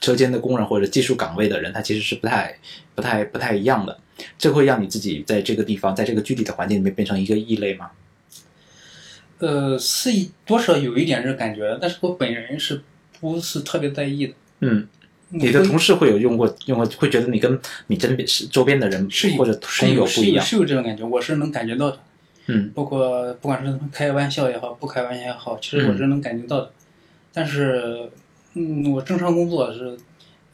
Speaker 1: 车间的工人或者技术岗位的人，他其实是不太不太不太一样的。这会让你自己在这个地方，在这个具体的环境里面变成一个异类吗？
Speaker 2: 呃，是一多少有一点这感觉的，但是我本人是不是特别在意的。
Speaker 1: 嗯，
Speaker 2: 我
Speaker 1: 你的
Speaker 2: 会
Speaker 1: 同事会有用过用过，会觉得你跟你真是周边的人
Speaker 2: 是有
Speaker 1: 或者
Speaker 2: 是
Speaker 1: 工友
Speaker 2: 有
Speaker 1: 不
Speaker 2: 是
Speaker 1: 一
Speaker 2: 有
Speaker 1: 样。
Speaker 2: 是有这种感觉，我是能感觉到的。
Speaker 1: 嗯
Speaker 2: 包括不管是他们开玩笑也好，不开玩笑也好，其实我
Speaker 1: 嗯
Speaker 2: 是能感觉到的。但是，嗯，我正常工作是，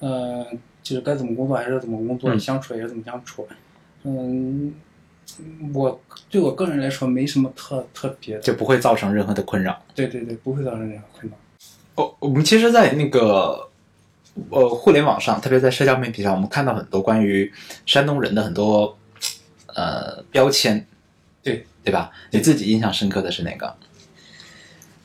Speaker 2: 呃，就是该怎么工作还是怎么工作，
Speaker 1: 嗯
Speaker 2: 相处也是怎么相处。嗯，我对我个人来说没什么特特别的，
Speaker 1: 就不会造成任何的困扰。
Speaker 2: 对对对，不会造成任何困扰。
Speaker 1: 哦，我们其实，在那个呃互联网上，特别在社交媒体上，我们看到很多关于山东人的很多呃标签，
Speaker 2: 对
Speaker 1: 对吧？你自己印象深刻的是哪个？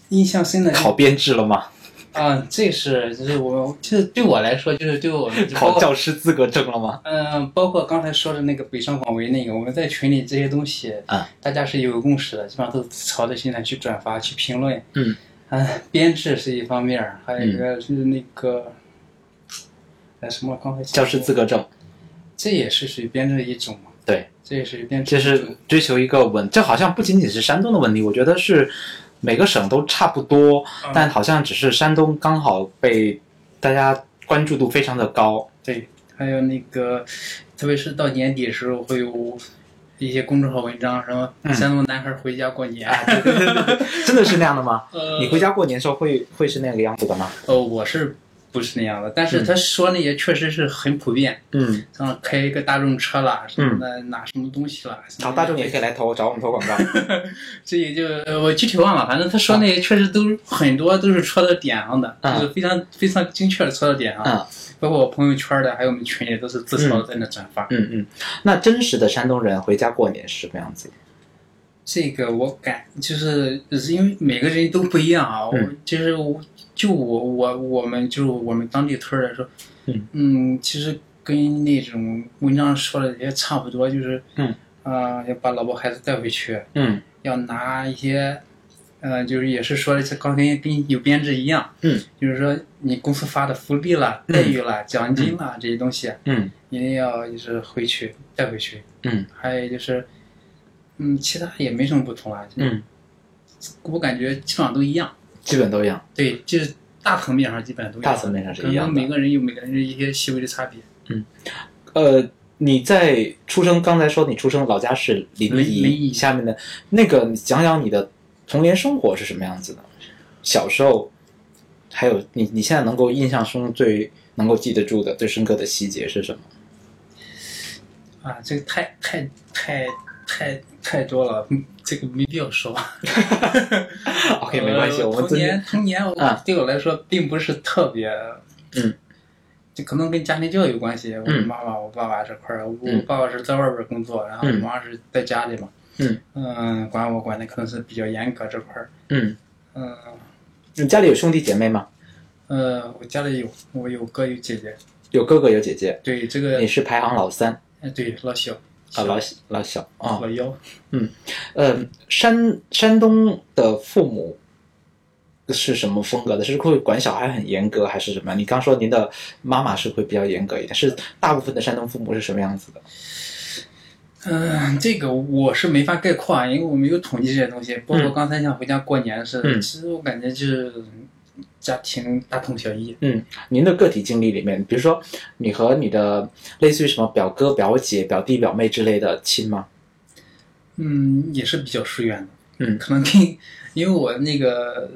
Speaker 2: 印象深的就是
Speaker 1: 考编制了吗？
Speaker 2: 啊，这是就是我，就是对我来说，就是对我们包
Speaker 1: 考
Speaker 2: 括
Speaker 1: 教师资格证了吗？
Speaker 2: 嗯、包括刚才说的那个北上广为那个，我们在群里这些东西，
Speaker 1: 啊，
Speaker 2: 大家是有共识的，基本上都朝着现在去转发、去评论。
Speaker 1: 嗯，
Speaker 2: 嗯、编制是一方面儿，还有一个是那个，哎、什么刚才
Speaker 1: 教师资
Speaker 2: 格，
Speaker 1: 格证，
Speaker 2: 这也是属于编制的一种嘛，
Speaker 1: 对，
Speaker 2: 这也属于编制
Speaker 1: 这
Speaker 2: 的一种。
Speaker 1: 是追求一个稳，这好像不仅仅是山东的问题，我觉得是每个省都差不多，
Speaker 2: 嗯
Speaker 1: 但好像只是山东刚好被大家关注度非常的高。
Speaker 2: 对，还有那个，特别是到年底的时候，会有一些公众号文章，什么
Speaker 1: 嗯
Speaker 2: 山东男孩回家过年。
Speaker 1: 啊，对对对对对，真的是那样的吗？
Speaker 2: 呃
Speaker 1: 你回家过年的时候会会是那个样子的吗？
Speaker 2: 呃，我是不是那样的？但是他说那些确实是很普遍，
Speaker 1: 嗯，
Speaker 2: 像开一个大众车啦，什么的，拿什么东西啦，什么
Speaker 1: 啊好，大众也可以来投，找我们投广 告。
Speaker 2: 这也就呃我具体忘了，反正他
Speaker 1: 啊
Speaker 2: 说那些确实都很多都是戳到点上的，
Speaker 1: 嗯
Speaker 2: 就是非常非常精确的戳到点上。
Speaker 1: 嗯
Speaker 2: 包括我朋友圈的，还有我们群里都是自嘲的在那转发。
Speaker 1: 嗯嗯，那真实的山东人回家过年是什么样子？
Speaker 2: 这个我感就是是因为每个人都不一样啊，我
Speaker 1: 嗯
Speaker 2: 就是我就我我我们就是我们当地村儿来说，
Speaker 1: 嗯
Speaker 2: 其实跟那种文章说的也差不多，就是
Speaker 1: 嗯
Speaker 2: 啊、要把老婆孩子带回去，
Speaker 1: 嗯
Speaker 2: 要拿一些，呃，就是也是说的，刚跟跟有编制一样，
Speaker 1: 嗯
Speaker 2: 就是说你公司发的福利啦、
Speaker 1: 嗯
Speaker 2: 待遇啦、奖金啦、这些东西，啊
Speaker 1: 嗯
Speaker 2: 一定要就是回去带回去，
Speaker 1: 嗯
Speaker 2: 还有就是，嗯，其他也没什么不同啦，
Speaker 1: 嗯，
Speaker 2: 我感觉基本上都一样。
Speaker 1: 基本都一样。
Speaker 2: 对，就是大层面上基本上都一样
Speaker 1: 大层面上是
Speaker 2: 可
Speaker 1: 一样
Speaker 2: 能
Speaker 1: 的
Speaker 2: 每个人有每个人的一些细微的差别。
Speaker 1: 呃，你在出生，刚才说你出生老家是临
Speaker 2: 临临
Speaker 1: 沂
Speaker 2: 沂
Speaker 1: 下面的那个，你讲讲你的童年生活是什么样子的？小时候，还有你你现在能够印象中最能够记得住的、最深刻的细节是 什么？
Speaker 2: 啊，这个太太太太太多了，嗯这个没必要说。
Speaker 1: OK，没关系，
Speaker 2: 呃
Speaker 1: 我们
Speaker 2: 童
Speaker 1: 尊
Speaker 2: 年童年我
Speaker 1: 啊
Speaker 2: 对我来说并不是特别，
Speaker 1: 嗯，
Speaker 2: 就可能跟家庭教育有关系。我
Speaker 1: 嗯
Speaker 2: 妈妈、我爸爸这块儿，我
Speaker 1: 嗯
Speaker 2: 爸爸是在外边工作，然后我
Speaker 1: 嗯
Speaker 2: 妈是在家里嘛，
Speaker 1: 嗯
Speaker 2: 嗯，管我管的可能是比较严格这块儿，
Speaker 1: 嗯，
Speaker 2: 嗯
Speaker 1: 你家里有兄弟姐妹吗？
Speaker 2: 呃，我家里有我有哥有姐姐，
Speaker 1: 有哥哥有姐姐，
Speaker 2: 对这个
Speaker 1: 你是排行老三
Speaker 2: 呃对老小
Speaker 1: 啊，老小老小啊。
Speaker 2: 老幺，
Speaker 1: 嗯，山山东的父母是什么风格的？是会管小孩很严格，还是什么样？你刚说您的妈妈是会比较严格一点，是大部分的山东父母是什么样子的？
Speaker 2: 嗯，这个我是没法概括，啊，因为我没有统计这些东西。包括刚才像回家过年似的，
Speaker 1: 嗯
Speaker 2: 其实我感觉就是家庭大同小异。
Speaker 1: 您的个体经历里面，比如说你和你的类似于什么表哥、表姐、表弟、表妹之类的亲吗？
Speaker 2: 嗯，也是比较疏远的。
Speaker 1: 嗯
Speaker 2: 可能跟因为我那个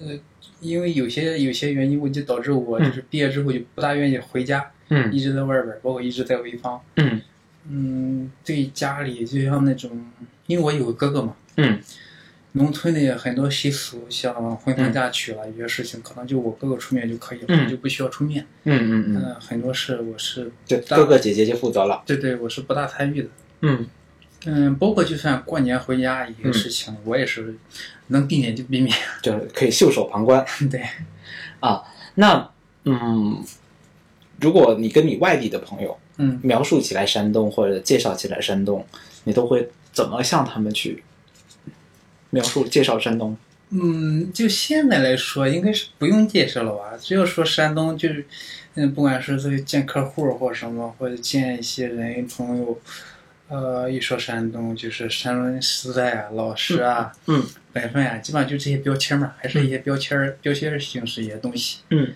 Speaker 2: 呃，因为有些有些原因，我就导致我
Speaker 1: 嗯
Speaker 2: 就是毕业之后就不大愿意回家，
Speaker 1: 嗯
Speaker 2: 一直在外边儿，包括一直在潍坊。
Speaker 1: 嗯
Speaker 2: 嗯，对家里就像那种，因为我有个哥哥嘛，
Speaker 1: 嗯
Speaker 2: 农村的很多习俗，像婚丧嫁娶了，有些事情可能就我哥哥出面就可以了，
Speaker 1: 嗯
Speaker 2: 我就不需要出面。
Speaker 1: 嗯嗯嗯，
Speaker 2: 嗯，很多事我是
Speaker 1: 就哥哥姐姐就负责了。
Speaker 2: 对对，我是不大参与的。
Speaker 1: 嗯
Speaker 2: 嗯，包括就算过年回家一个事情，我也是能避免就避免。
Speaker 1: 就是可以袖手旁观。
Speaker 2: 对，
Speaker 1: 啊，那嗯，如果你跟你外地的朋友
Speaker 2: 嗯，
Speaker 1: 描述起来山东或者介绍起来山东，你都会怎么向他们去描述介绍山东？
Speaker 2: 嗯，就现在来说，应该是不用介绍了吧？只要说山东，就是，嗯，不管是这个见客户或什么，或者见一些人朋友，呃，一说山东，就是山东时代啊、老师啊、
Speaker 1: 嗯
Speaker 2: 本分啊，基本上就这些标签嘛，还是一些标签、儿、标签性质一些东西。
Speaker 1: 嗯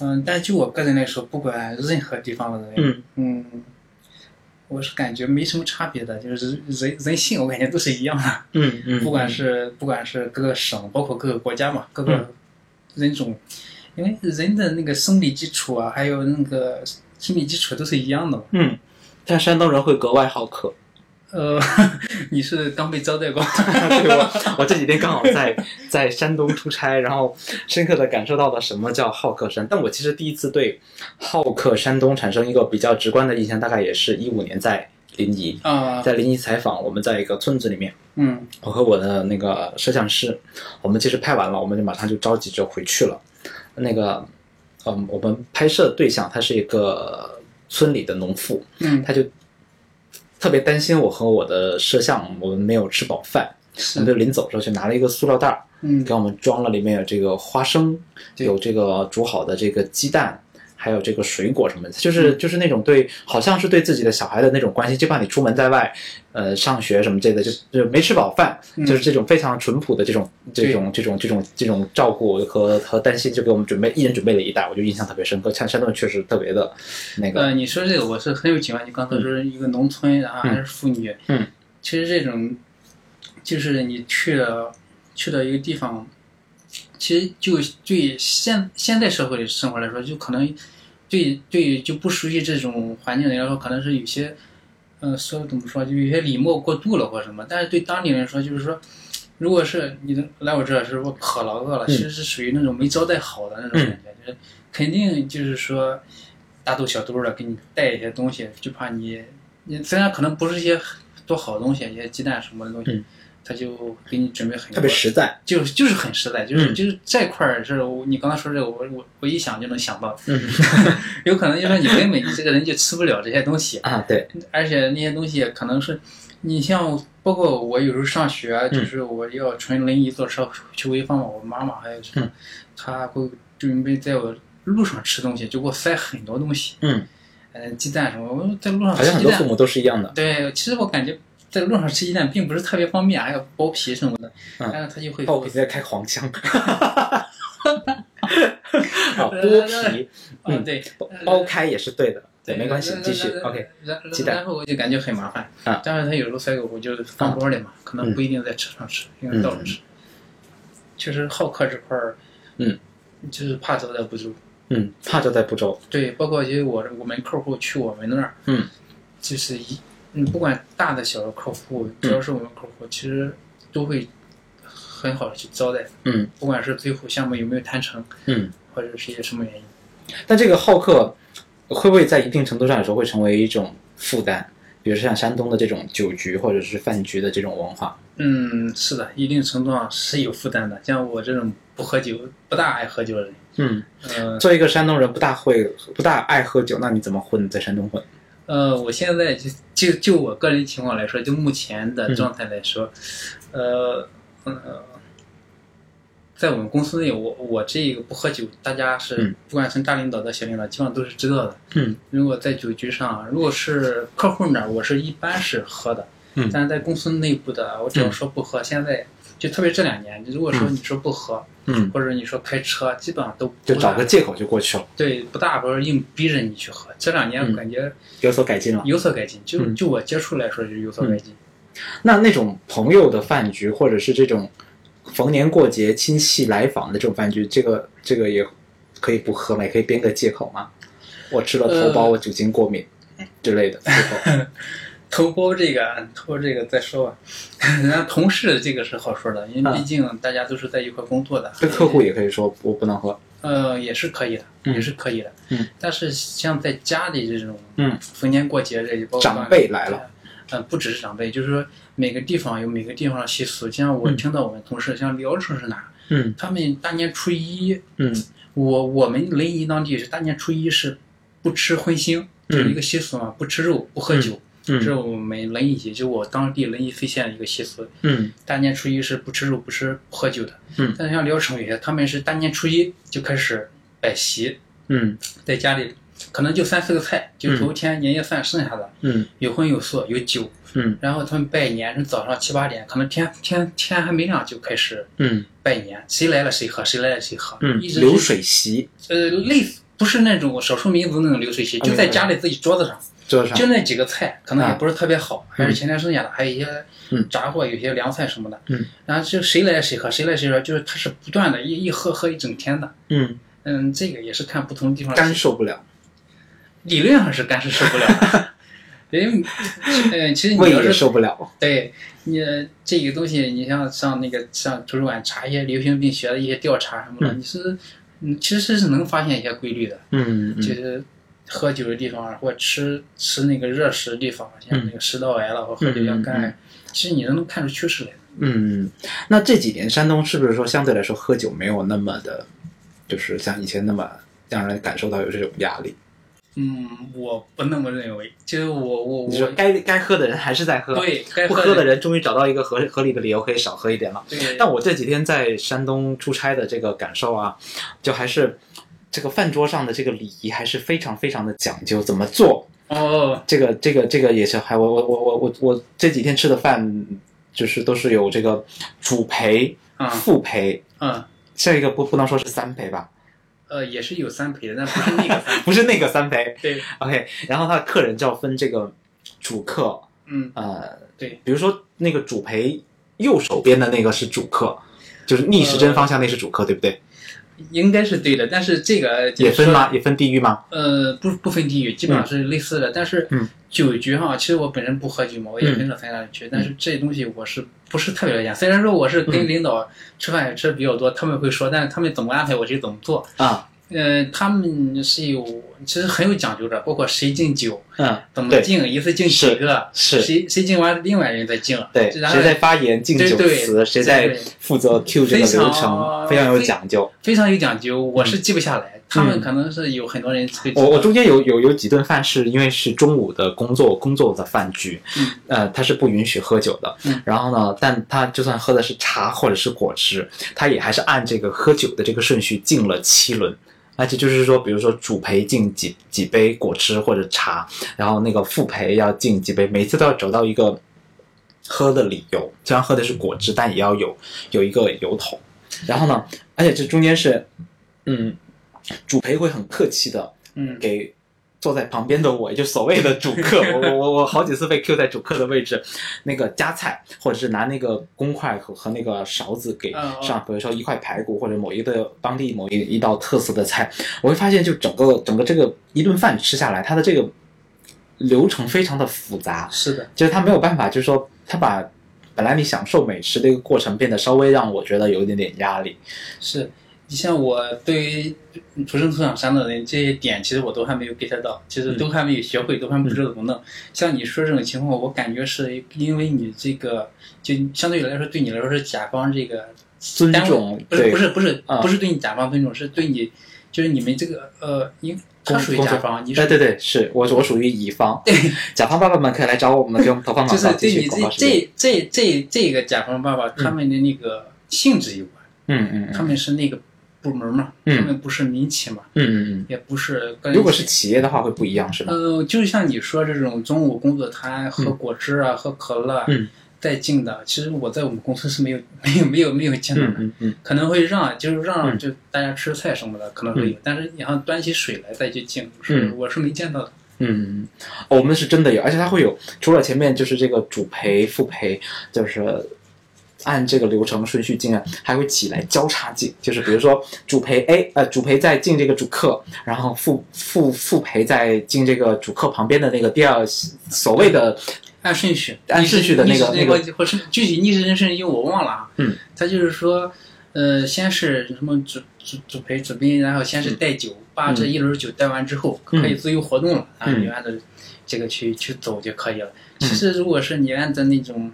Speaker 2: 嗯，但就我个人来说，不管任何地方的人，
Speaker 1: 嗯
Speaker 2: 嗯，我是感觉没什么差别的，就是人人性，我感觉都是一样的，
Speaker 1: 嗯嗯
Speaker 2: 不管是不管是各个省，包括各个国家嘛，各
Speaker 1: 嗯
Speaker 2: 个人种，因为人的那个生理基础啊，还有那个心理基础都是一样的嘛。
Speaker 1: 嗯，但山东人会格外好客。
Speaker 2: 呃， 你是刚被招待过？
Speaker 1: 对我，我这几天刚好在 在山东出差，然后深刻的感受到了什么叫好客山。但我其实第一次对好客山东产生一个比较直观的印象，大概也是一五年在临沂，
Speaker 2: 啊，
Speaker 1: 在临沂采访，我们在一个村子里面。
Speaker 2: 嗯
Speaker 1: 我和我的那个摄像师，我们其实拍完了，我们就马上就着急就回去了。那个，嗯，我们拍摄对象他是一个村里的农妇，
Speaker 2: 嗯，
Speaker 1: 他就特别担心我和我的摄像我们没有吃饱饭，我
Speaker 2: 是
Speaker 1: 们就临走的时候去拿了一个塑料袋儿，
Speaker 2: 嗯
Speaker 1: 给我们装了里面有这个花生，
Speaker 2: 对
Speaker 1: 有这个煮好的这个鸡蛋。还有这个水果什么的，就是就是那种对，好像是对自己的小孩的那种关心，就怕你出门在外，呃，上学什么之类的，就就没吃饱饭，
Speaker 2: 嗯
Speaker 1: 就是这种非常淳朴的这种这种这种这种这种照顾和和担心，就给我们准备一人准备了一袋，我就印象特别深刻。像山东人确实特别的那个，
Speaker 2: 呃，你说这个我是很有启发。你刚才说一个农村，然后还是妇女，
Speaker 1: 嗯，
Speaker 2: 其实这种就是你去了去了一个地方，其实就对现现代社会生活来说，就可能对对就不熟悉这种环境的人来说，可能是有些，呃，说怎么说，就有些礼貌过度了或什么。但是对当地人来说，就是说。如果是你能来我这儿，是我渴了饿了，其
Speaker 1: 嗯
Speaker 2: 实是属于那种没招待好的那种感觉，就是肯定就是说大兜小兜的给你带一些东西，就怕你你虽然可能不是一些多好东西，一些鸡蛋什么的东西，
Speaker 1: 嗯
Speaker 2: 他就给你准备很多
Speaker 1: 特别实在。
Speaker 2: 就是就是很实在，就是、
Speaker 1: 嗯
Speaker 2: 就是这块儿是我你刚才说这个，我我我一想就能想到，
Speaker 1: 嗯
Speaker 2: 有可能就说你根本你这个人就吃不了这些东西，
Speaker 1: 啊，对，
Speaker 2: 而且那些东西可能是，你像包括我有时候上学，啊
Speaker 1: 嗯
Speaker 2: 就是我要纯临沂坐车去潍坊嘛，我妈妈还有什么
Speaker 1: 嗯，
Speaker 2: 她会准备在我路上吃东西，就给我塞很多东西，
Speaker 1: 嗯，
Speaker 2: 呃，鸡蛋什么，我在路上
Speaker 1: 好像
Speaker 2: 吃
Speaker 1: 很
Speaker 2: 鸡
Speaker 1: 多父
Speaker 2: 蛋，
Speaker 1: 母都是一样的。
Speaker 2: 对，其实我感觉在路上吃鸡蛋并不是特别方便，还有剥皮什么的，
Speaker 1: 嗯
Speaker 2: 但是她就会
Speaker 1: 哦，我给在开黄腔，啊，剥皮，
Speaker 2: 嗯，对，
Speaker 1: 剥开也是对的，
Speaker 2: 对，
Speaker 1: 没关系，继续
Speaker 2: 然
Speaker 1: ，OK，。
Speaker 2: 然
Speaker 1: 鸡蛋
Speaker 2: 然后我就感觉很麻烦
Speaker 1: 啊，嗯
Speaker 2: 但是他有时候塞给我，我就放包里嘛，可能不一定在车上吃，因为到处吃。确实好客这块儿，
Speaker 1: 嗯，
Speaker 2: 就是怕招待不周。
Speaker 1: 嗯，怕就在不周，
Speaker 2: 对，包括就是我我们客户去我们那儿，
Speaker 1: 嗯，
Speaker 2: 就是一，嗯，不管大的小的客户，只要是我们客
Speaker 1: 嗯
Speaker 2: 户，其实都会很好的去招待，
Speaker 1: 嗯
Speaker 2: 不管是最后项目有没有谈成，
Speaker 1: 嗯。
Speaker 2: 或者是一些什么原因。
Speaker 1: 但这个好客会不会在一定程度上来说会成为一种负担？比如说像山东的这种酒局或者是饭局的这种文化，
Speaker 2: 嗯，是的，一定程度上是有负担的。像我这种不喝酒、不大爱喝酒的人，
Speaker 1: 嗯，
Speaker 2: 呃
Speaker 1: 作为一个山东人，不大会不大爱喝酒，那你怎么混在山东混？嗯
Speaker 2: 呃，我现在就就就我个人情况来说，就目前
Speaker 1: 嗯
Speaker 2: 的状态来说，呃呃，在我们公司内，我我这个不喝酒，大家是
Speaker 1: 嗯
Speaker 2: 不管从大领导到小领导，基本上都是知道的。
Speaker 1: 嗯，
Speaker 2: 如果在酒局上，如果是客户那儿，我是一般是喝的，
Speaker 1: 嗯
Speaker 2: 但是在公司内部的，我只要说不喝，现在就特别这两年，如果说
Speaker 1: 嗯
Speaker 2: 你说不喝，
Speaker 1: 嗯，
Speaker 2: 或者你说开车，基本上都不
Speaker 1: 就
Speaker 2: 大
Speaker 1: 找个借口就过去了，
Speaker 2: 对不大不是硬逼着你去喝。这两年
Speaker 1: 嗯
Speaker 2: 我感觉
Speaker 1: 有所改进了。
Speaker 2: 有所改进，就
Speaker 1: 嗯
Speaker 2: 就我接触来说就是有所改进。
Speaker 1: 那那种朋友的饭局，或者是这种逢年过节亲戚来访的这种饭局，这个这个也可以不喝嘛，也可以编个借口嘛。我吃了头孢，
Speaker 2: 呃
Speaker 1: 我酒精过敏之类 的借口。
Speaker 2: 头孢这个，头孢这个再说吧。 人家同事这个是好说的，因为
Speaker 1: 啊
Speaker 2: 毕竟大家都是在一块工作的。
Speaker 1: 跟客户也可以说我不能喝。
Speaker 2: 呃，也是可以的，
Speaker 1: 嗯
Speaker 2: 也是可以的。
Speaker 1: 嗯，
Speaker 2: 但是像在家里这种，
Speaker 1: 嗯
Speaker 2: 逢年过节这包括
Speaker 1: 长辈来了，
Speaker 2: 呃，不只是长辈，就是说每个地方有每个地方的习俗。像我
Speaker 1: 嗯
Speaker 2: 听到我们同事，像聊城是哪，
Speaker 1: 嗯
Speaker 2: 他们大年初一，
Speaker 1: 嗯
Speaker 2: 我我们临沂当地是大年初一是不吃荤腥，
Speaker 1: 嗯
Speaker 2: 就是一个习俗嘛，不吃肉，不喝酒，这是
Speaker 1: 嗯
Speaker 2: 我们临沂，就我当地临沂费县的一个习俗。
Speaker 1: 嗯
Speaker 2: 大年初一是不吃肉、不吃不喝酒的。
Speaker 1: 嗯
Speaker 2: 但是像聊城有些，他们是大年初一就开始摆席，
Speaker 1: 嗯
Speaker 2: 在家里可能就三四个菜，就头天年夜饭剩下的，
Speaker 1: 嗯
Speaker 2: 有荤有素有酒，
Speaker 1: 嗯
Speaker 2: 然后他们拜年是早上七八点，可能天天天还没亮就开始
Speaker 1: 嗯
Speaker 2: 拜年，谁来了谁喝，谁来了谁喝，
Speaker 1: 嗯，
Speaker 2: 一直
Speaker 1: 流水席
Speaker 2: 呃类似不是那种少数民族那种流水席，
Speaker 1: 啊
Speaker 2: 就在
Speaker 1: 明白
Speaker 2: 家里自己桌子上。
Speaker 1: 桌上
Speaker 2: 就那几个菜，可能也不是特别好，还是
Speaker 1: 嗯
Speaker 2: 前天剩下的，还有一些
Speaker 1: 嗯
Speaker 2: 炸货，有些凉菜什么的。
Speaker 1: 嗯，
Speaker 2: 然后就谁来谁喝，谁来谁喝，就是它是不断的，一一喝喝一整天的。
Speaker 1: 嗯
Speaker 2: 嗯，这个也是看不同地方的习
Speaker 1: 干
Speaker 2: 惯。
Speaker 1: 受不了，
Speaker 2: 理论上是干是受不了的， 因为呃，其实你
Speaker 1: 胃
Speaker 2: 要
Speaker 1: 也
Speaker 2: 是
Speaker 1: 受不了。
Speaker 2: 对你呃这个东西，你像上那个上图书馆查一些流行病学的一些调查什么的，
Speaker 1: 嗯
Speaker 2: 你是嗯其实是能发现一些规律的。
Speaker 1: 嗯
Speaker 2: 就
Speaker 1: 嗯
Speaker 2: 是喝酒的地方啊，或者吃吃那个热食的地方，像那个食道癌了或
Speaker 1: 嗯
Speaker 2: 者喝酒要肝癌，其实你都能看出趋势来的。
Speaker 1: 嗯，那这几年山东是不是说相对来说喝酒没有那么的，就是像以前那么让人感受到有这种压力？
Speaker 2: 嗯，我不那么认为，就是我我
Speaker 1: 你说
Speaker 2: 我
Speaker 1: 该该喝的人还是在喝，啊
Speaker 2: 对该
Speaker 1: 不
Speaker 2: 喝
Speaker 1: 喝的人终于找到一个合合理的理由可以少喝一点了。
Speaker 2: 对，
Speaker 1: 但我这几天在山东出差的这个感受啊，就还是这个饭桌上的这个礼仪还是非常非常的讲究，怎么做
Speaker 2: 哦，
Speaker 1: 这个这个这个也是还我我我我我我这几天吃的饭就是都是有这个主陪、
Speaker 2: 啊
Speaker 1: 副陪，
Speaker 2: 嗯
Speaker 1: 这一个不不能说是三陪吧，
Speaker 2: 呃也是有三陪的，但不是那个三陪。
Speaker 1: 不是那个三陪
Speaker 2: 对，
Speaker 1: ，OK，然后他的客人就要分这个主客，
Speaker 2: 嗯
Speaker 1: 呃，
Speaker 2: 对，
Speaker 1: 比如说那个主陪右手边的那个是主客，就是逆时针
Speaker 2: 呃
Speaker 1: 方向那是主客，对不对？
Speaker 2: 应该是对的，但是这个
Speaker 1: 也分
Speaker 2: 嘛，
Speaker 1: 吗？也分地域吗？
Speaker 2: 呃，不不分地域，基本上是类似的。但是
Speaker 1: 嗯
Speaker 2: 酒局哈，其实我本人不喝酒嘛，我也很少参加局，
Speaker 1: 嗯
Speaker 2: 但是这东西我是不是特别了解？虽然说我是跟领导吃饭也吃的比较多，他们会说，但是他们怎么安排我就怎么做。
Speaker 1: 啊，
Speaker 2: 呃，他们是有其实很有讲究的，包括谁敬酒，
Speaker 1: 嗯，
Speaker 2: 怎么
Speaker 1: 对
Speaker 2: 敬，一次敬几
Speaker 1: 是
Speaker 2: 个，
Speaker 1: 是。
Speaker 2: 谁谁敬完另外人再敬，
Speaker 1: 对，
Speaker 2: 然后
Speaker 1: 谁在发言敬
Speaker 2: 对
Speaker 1: 酒
Speaker 2: 对
Speaker 1: 词，谁
Speaker 2: 对
Speaker 1: 在
Speaker 2: 对
Speaker 1: 负责 Q 这个流程，非
Speaker 2: 非常
Speaker 1: 常有讲究。
Speaker 2: 非常有讲究，我是记不下来，他们可能是有很多人会
Speaker 1: 嗯我我中间有有有几顿饭是因为是中午的工作工作的饭局，
Speaker 2: 嗯
Speaker 1: 呃，他是不允许喝酒的。
Speaker 2: 嗯
Speaker 1: 然后呢，但他就算喝的是茶或者是果汁，他也还是按这个喝酒的这个顺序敬了七轮。而且就是说，比如说主陪敬几几杯果汁或者茶，然后那个副陪要敬几杯，每次都要找到一个喝的理由。虽然喝的是果汁，但也要有有一个由头。然后呢，而且这中间是，嗯，主陪会很客气的
Speaker 3: 嗯，
Speaker 1: 给坐在旁边的我，也就所谓的主 客，我我我我好几次被 Q 在主客的位置，那个夹菜，或者是拿那个公筷和和那个勺子给
Speaker 3: 嗯嗯
Speaker 1: 上，比如说一块排骨或者某一个当地某一一道特色的菜，我会发现就整个整个这个一顿饭吃下来，它的这个流程非常的复杂，
Speaker 3: 是的，
Speaker 1: 就是他没有办法，就是说他把。本来你享受美食的一个过程，变得稍微让我觉得有一点点压力。
Speaker 3: 是
Speaker 2: 你像我对于土生土长山东人这些点，其实我都还没有 get 到，其实
Speaker 1: 嗯
Speaker 2: 都还没有学会，都还不知道怎么弄。像你说这种情况，我感觉是因为你这个，就相对来说对你来说是甲方这个
Speaker 1: 尊
Speaker 2: 单位
Speaker 1: 重
Speaker 2: 不是
Speaker 1: 对
Speaker 2: 不是不是
Speaker 1: 啊
Speaker 2: 不是对你甲方尊重，是对你就是你们这个呃，因他
Speaker 1: 工
Speaker 2: 属于
Speaker 1: 工
Speaker 2: 甲
Speaker 1: 作
Speaker 2: 方，你
Speaker 1: 哎对对
Speaker 2: 是
Speaker 1: 对，是我我属于乙方， 甲方爸爸们可以来找我们，给我们投放
Speaker 2: 就
Speaker 1: 广
Speaker 2: 是
Speaker 1: 告，继
Speaker 2: 对
Speaker 1: 续
Speaker 2: 你
Speaker 1: 广告
Speaker 2: 这
Speaker 1: 时间。
Speaker 2: 这这这这个甲方爸爸他们的那个性质有关，
Speaker 1: 嗯嗯
Speaker 2: 他
Speaker 1: 嗯
Speaker 2: 们是那个部门嘛，
Speaker 1: 嗯
Speaker 2: 他们不是民企嘛，
Speaker 1: 嗯嗯
Speaker 2: 也不是个
Speaker 1: 嗯，
Speaker 2: 人
Speaker 1: 如果
Speaker 2: 企
Speaker 1: 是企业的话会不一样是吧？
Speaker 2: 呃，就像你说这种中午工作摊喝果汁啊、喝可乐啊
Speaker 1: 嗯
Speaker 2: 带劲的，其实我在我们公司是没有、 没有、没有、没有见到
Speaker 1: 嗯
Speaker 2: 的。
Speaker 1: 嗯嗯，
Speaker 2: 可能会让，就是让
Speaker 1: 嗯
Speaker 2: 就大家吃菜什么的，可能会有，但是你要端起水来再去敬，是
Speaker 1: 嗯
Speaker 2: 我是没见到的。
Speaker 1: 嗯，我们是真的有，而且它会有，除了前面就是这个主陪、副陪，就是按这个流程顺序进来，啊还会起来交叉进，就是比如说主陪 A，呃，主陪在进这个主客，然后副副副陪在进这个主客旁边的那个第二所谓的
Speaker 2: 按顺序，
Speaker 1: 按顺序的那个
Speaker 2: 逆时
Speaker 1: 那
Speaker 2: 或是具体逆时针顺序我忘了啊。
Speaker 1: 嗯，
Speaker 2: 他就是说，呃，先是什么主主主陪主宾，然后先是带酒，把这一轮酒带完之后，
Speaker 1: 嗯
Speaker 2: 可以自由活动了，然后
Speaker 1: 嗯
Speaker 2: 你按照这个去去走就可以了。
Speaker 1: 嗯
Speaker 2: 其实如果是你按照那种。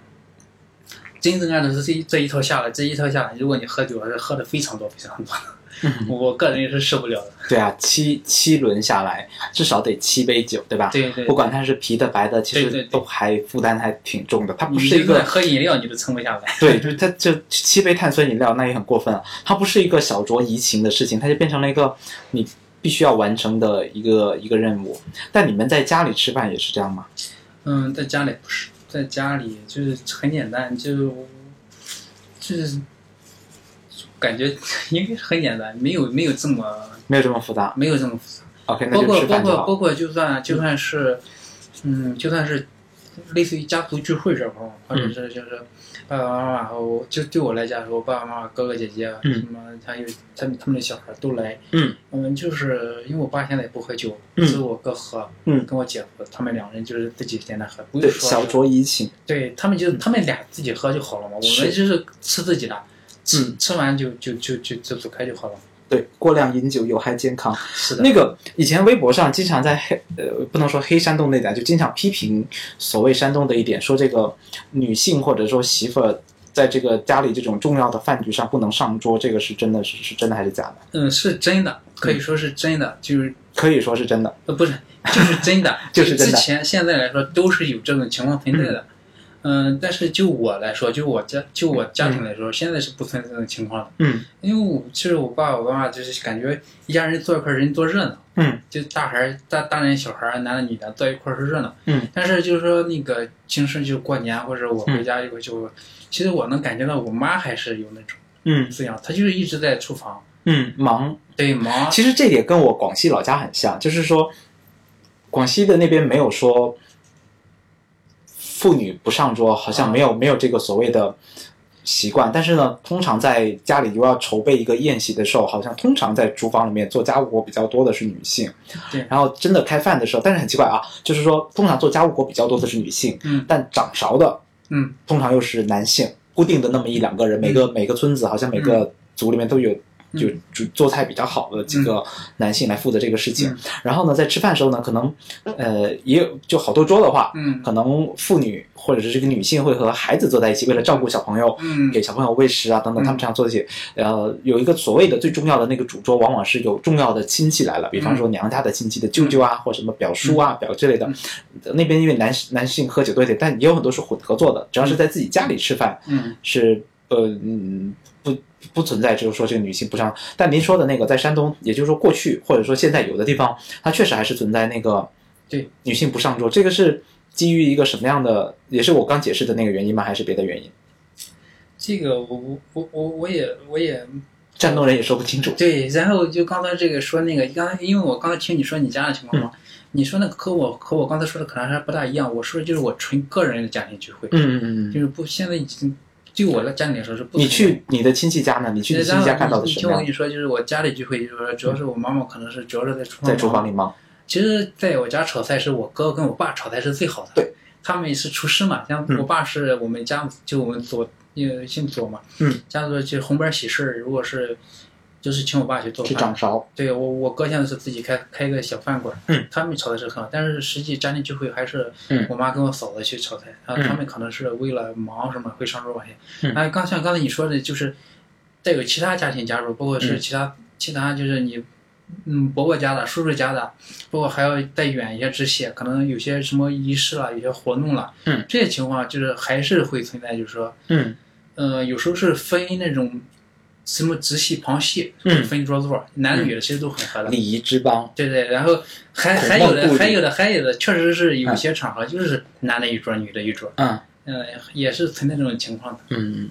Speaker 2: 真正按照这一这一套下来，这一套下来，如果你喝酒还是喝的非常多非常多，
Speaker 1: 嗯
Speaker 2: 我个人也是受不了的。
Speaker 1: 对啊，七七轮下来至少得七杯酒，对吧？
Speaker 2: 对对
Speaker 1: 不，管它是啤的、白的，其
Speaker 2: 对对
Speaker 1: 实
Speaker 2: 对
Speaker 1: 都还负担还挺重的。它不
Speaker 2: 你
Speaker 1: 是一
Speaker 2: 就算
Speaker 1: 个
Speaker 2: 喝饮料你都撑不下来。
Speaker 1: 对，就是它就七杯碳酸饮料，那也很过分啊。它不是一个小酌怡情的事情，它就变成了一个你必须要完成的一个一个任务。但你们在家里吃饭也是这样吗？
Speaker 2: 嗯，在家里不是，在家里就是很简单，就就是感觉应该是很简单，没有没有这么
Speaker 1: 没有这么复杂。
Speaker 2: 没有这么复杂。
Speaker 1: OK，那
Speaker 2: 包
Speaker 1: 就
Speaker 2: 括
Speaker 1: 吃
Speaker 2: 包
Speaker 1: 饭就
Speaker 2: 括包
Speaker 1: 好。
Speaker 2: 括就算就算是嗯，就算是类似于家族聚会这种，或者
Speaker 1: 嗯
Speaker 2: 是就是爸爸妈妈，然后就对我来讲说，我爸爸妈妈、哥哥姐姐啊，
Speaker 1: 嗯
Speaker 2: 什么还有他们他们的小孩都来。
Speaker 1: 嗯
Speaker 2: 我们就是因为我爸现在也不喝酒，
Speaker 1: 嗯
Speaker 2: 只有我哥喝，
Speaker 1: 嗯
Speaker 2: 跟我姐夫他们两人就是自己在那喝，不
Speaker 1: 对，
Speaker 2: 是说
Speaker 1: 小酌怡情。
Speaker 2: 对他们就他们俩自己喝就好了嘛，我
Speaker 1: 嗯是
Speaker 2: 们就是吃自己的，吃
Speaker 1: 嗯
Speaker 2: 吃完就就就就就走开就好了。
Speaker 1: 对，过量饮酒有害健康。
Speaker 2: 是的，
Speaker 1: 那个以前微博上经常在黑呃，不能说黑山东那点，就经常批评所谓山东的一点，说这个女性或者说媳妇儿在这个家里这种重要的饭局上不能上桌，这个是真的是是真的还是假的？
Speaker 2: 嗯，是真的，可以说是真
Speaker 1: 嗯
Speaker 2: 的，就是
Speaker 1: 可以说是真的。，
Speaker 2: 呃不是，就是真的
Speaker 1: 就是真的
Speaker 2: 之前现在来说都是有这种情况存在的。嗯，但是就我来说，就我家就我家庭来说，现在是不存在这种情况的，
Speaker 1: 嗯
Speaker 2: 因为我其实我爸我妈妈就是感觉一家人坐一块儿人多热闹，
Speaker 1: 嗯
Speaker 2: 就大孩儿大大人小孩儿男的女的坐一块儿是热闹，
Speaker 1: 嗯，
Speaker 2: 但是就是说那个平时就过年或者我回家以后就，其实我能感觉到我妈还是有那种
Speaker 1: 嗯
Speaker 2: 滋养，她就是一直在厨房
Speaker 1: 嗯，忙。
Speaker 2: 对忙，
Speaker 1: 其实这点跟我广西老家很像，就是说广西的那边没有说妇女不上桌，好像没
Speaker 2: 嗯
Speaker 1: 有、没有这个所谓的。习惯，但是呢，通常在家里如果要筹备一个宴席的时候，好像通常在厨房里面做家务活比较多的是女性。
Speaker 2: 对
Speaker 1: 然后真的开饭的时候，但是很奇怪啊，就是说通常做家务活比较多的是女性，
Speaker 2: 嗯
Speaker 1: 但掌勺的
Speaker 2: 嗯
Speaker 1: 通常又是男性，固定的那么一两个人，每个、每个村子好像每个族里面都有。
Speaker 2: 嗯
Speaker 1: 就就做菜比较好的几个男性来负责这个事情，
Speaker 2: 嗯
Speaker 1: 然后呢，在吃饭的时候呢，可能呃也有就好多桌的话，
Speaker 2: 嗯
Speaker 1: 可能妇女或者是这个女性会和孩子坐在一起，为了照顾小朋友，
Speaker 2: 嗯
Speaker 1: 给小朋友喂食啊等等，
Speaker 2: 嗯
Speaker 1: 他们这样做一些，呃，有一个所谓的最重要的那个主桌，往往是有重要的亲戚来了，比
Speaker 2: 嗯
Speaker 1: 方说娘家的亲戚的舅舅啊，或什么表叔啊、表之类的。呃那边因为男男性喝酒多一点，但也有很多是混合做的，只要是在自己家里吃饭，
Speaker 2: 嗯
Speaker 1: 是呃嗯不不存在，就是说这个女性不上。但您说的那个在山东，也就是说过去或者说现在有的地方，它确实还是存在那个
Speaker 2: 对
Speaker 1: 女性不上桌，这个是基于一个什么样的？也是我刚解释的那个原因吗？还是别的原因？
Speaker 2: 这个我我我我我也我也
Speaker 1: 山东人也说不清楚。
Speaker 2: 对，然后就刚才这个说那个，刚才因为我刚才听你说你家的情况嘛，
Speaker 1: 嗯
Speaker 2: 你说那个和我和我刚才说的可能还不大一样。我说的就是我纯个人的家庭聚会，
Speaker 1: 嗯嗯嗯嗯。
Speaker 2: 就是不现在已经对我来家里来说是不存在。
Speaker 1: 你去你的亲戚家呢？你去你亲戚家看到的
Speaker 2: 你
Speaker 1: 是
Speaker 2: 听
Speaker 1: 什么
Speaker 2: 我
Speaker 1: 样
Speaker 2: 跟？你说，就是我家里聚会，就是说主要是我妈妈可能是主要是在厨房
Speaker 1: 在厨房里吗？
Speaker 2: 其实在我家炒菜是我哥跟我爸炒菜是最好的。
Speaker 1: 对，
Speaker 2: 他们也是厨师嘛，像
Speaker 1: 嗯
Speaker 2: 我爸是我们家就我们左呃姓左嘛，
Speaker 1: 嗯，
Speaker 2: 家族就红白喜事，如果是就是请我爸去做
Speaker 1: 去
Speaker 2: 饭
Speaker 1: 掌。勺。
Speaker 2: 对我我哥现在是自己开开个小饭馆，
Speaker 1: 嗯，
Speaker 2: 他们炒的是很好，但是实际家庭聚会还是
Speaker 1: 嗯
Speaker 2: 我妈跟我嫂子去炒菜，然后
Speaker 1: 嗯
Speaker 2: 他们可能是为了忙什么会上桌往下。
Speaker 1: 嗯
Speaker 2: 哎，刚像刚才你说的，就是再有其他家庭加入，包括是
Speaker 1: 嗯
Speaker 2: 其他、其他就是你，嗯，伯伯家的、叔叔家的，包括还要再远一些支系，可能有些什么仪式啦、有些活动啦，
Speaker 1: 嗯，
Speaker 2: 这些情况就是还是会存在，就是说，
Speaker 1: 嗯
Speaker 2: 呃，有时候是分那种什么直系、旁系，
Speaker 1: 嗯
Speaker 2: 分桌座，男女的其实都很合的。
Speaker 1: 礼仪之邦。
Speaker 2: 对对，然后还
Speaker 1: 孔
Speaker 2: 还有的
Speaker 1: 孟不
Speaker 2: 还
Speaker 1: 离
Speaker 2: 有的还有的，确实是有些场合就是男的一桌，女的一桌，
Speaker 1: 嗯。
Speaker 2: 嗯、也是存在这种情况的。
Speaker 1: 嗯，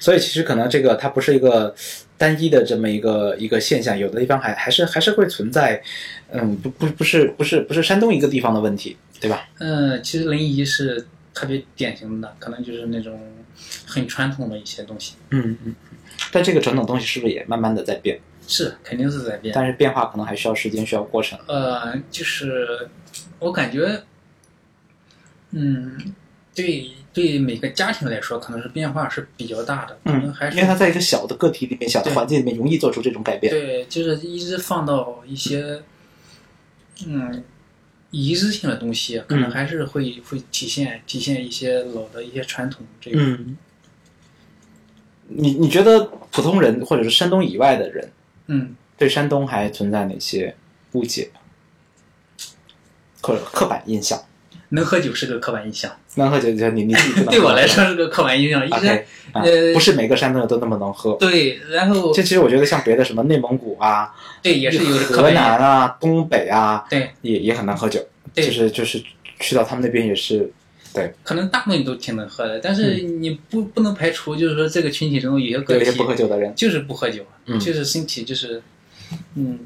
Speaker 1: 所以其实可能这个它不是一个单一的这么一个一个现象，有的地方还还是还是会存在，嗯，不不不是不是不是山东一个地方的问题，对吧？
Speaker 2: 嗯、其实临沂是特别典型的，可能就是那种很传统的一些东西，
Speaker 1: 嗯嗯。但这个传统东西是不是也慢慢的在变？
Speaker 2: 是肯定是在变。
Speaker 1: 但是变化可能还需要时间，需要过程。
Speaker 2: 呃，就是我感觉，嗯，对对，每个家庭来说，可能是变化是比较大的，可能
Speaker 1: 嗯
Speaker 2: 还，是
Speaker 1: 因为它在一个小的个体里面、小的
Speaker 2: 对
Speaker 1: 环境里面，容易做出这种改变。
Speaker 2: 对，就是一直放到一些，嗯，一致性的东西，可能
Speaker 1: 嗯
Speaker 2: 还是会、会体现体现一些老的一些传统这个。
Speaker 1: 嗯，你你觉得普通人或者是山东以外的人
Speaker 2: 嗯
Speaker 1: 对山东还存在哪些误解或者刻板印象？
Speaker 2: 能喝酒是个刻板印象，
Speaker 1: 能喝酒就你你自己不能喝
Speaker 2: 对我来说是个刻板印象。一直、
Speaker 1: 嗯，OK，啊、
Speaker 2: 呃
Speaker 1: 不是每个山东人都那么能喝。
Speaker 2: 对，然后
Speaker 1: 这其实我觉得像别的什么内蒙古啊、
Speaker 2: 对也是有的刻
Speaker 1: 河
Speaker 2: 板印象。
Speaker 1: 南啊、东北啊，
Speaker 2: 对，
Speaker 1: 也也很能喝酒。
Speaker 2: 对
Speaker 1: 就是就是去到他们那边也是，
Speaker 2: 可能大部分都挺能喝的，但是你不、不能排除，就是说这个群体中有些个
Speaker 1: 有一
Speaker 2: 体
Speaker 1: 些不喝酒的人。
Speaker 2: 就是不喝酒，啊
Speaker 1: 嗯
Speaker 2: 就是身体就是嗯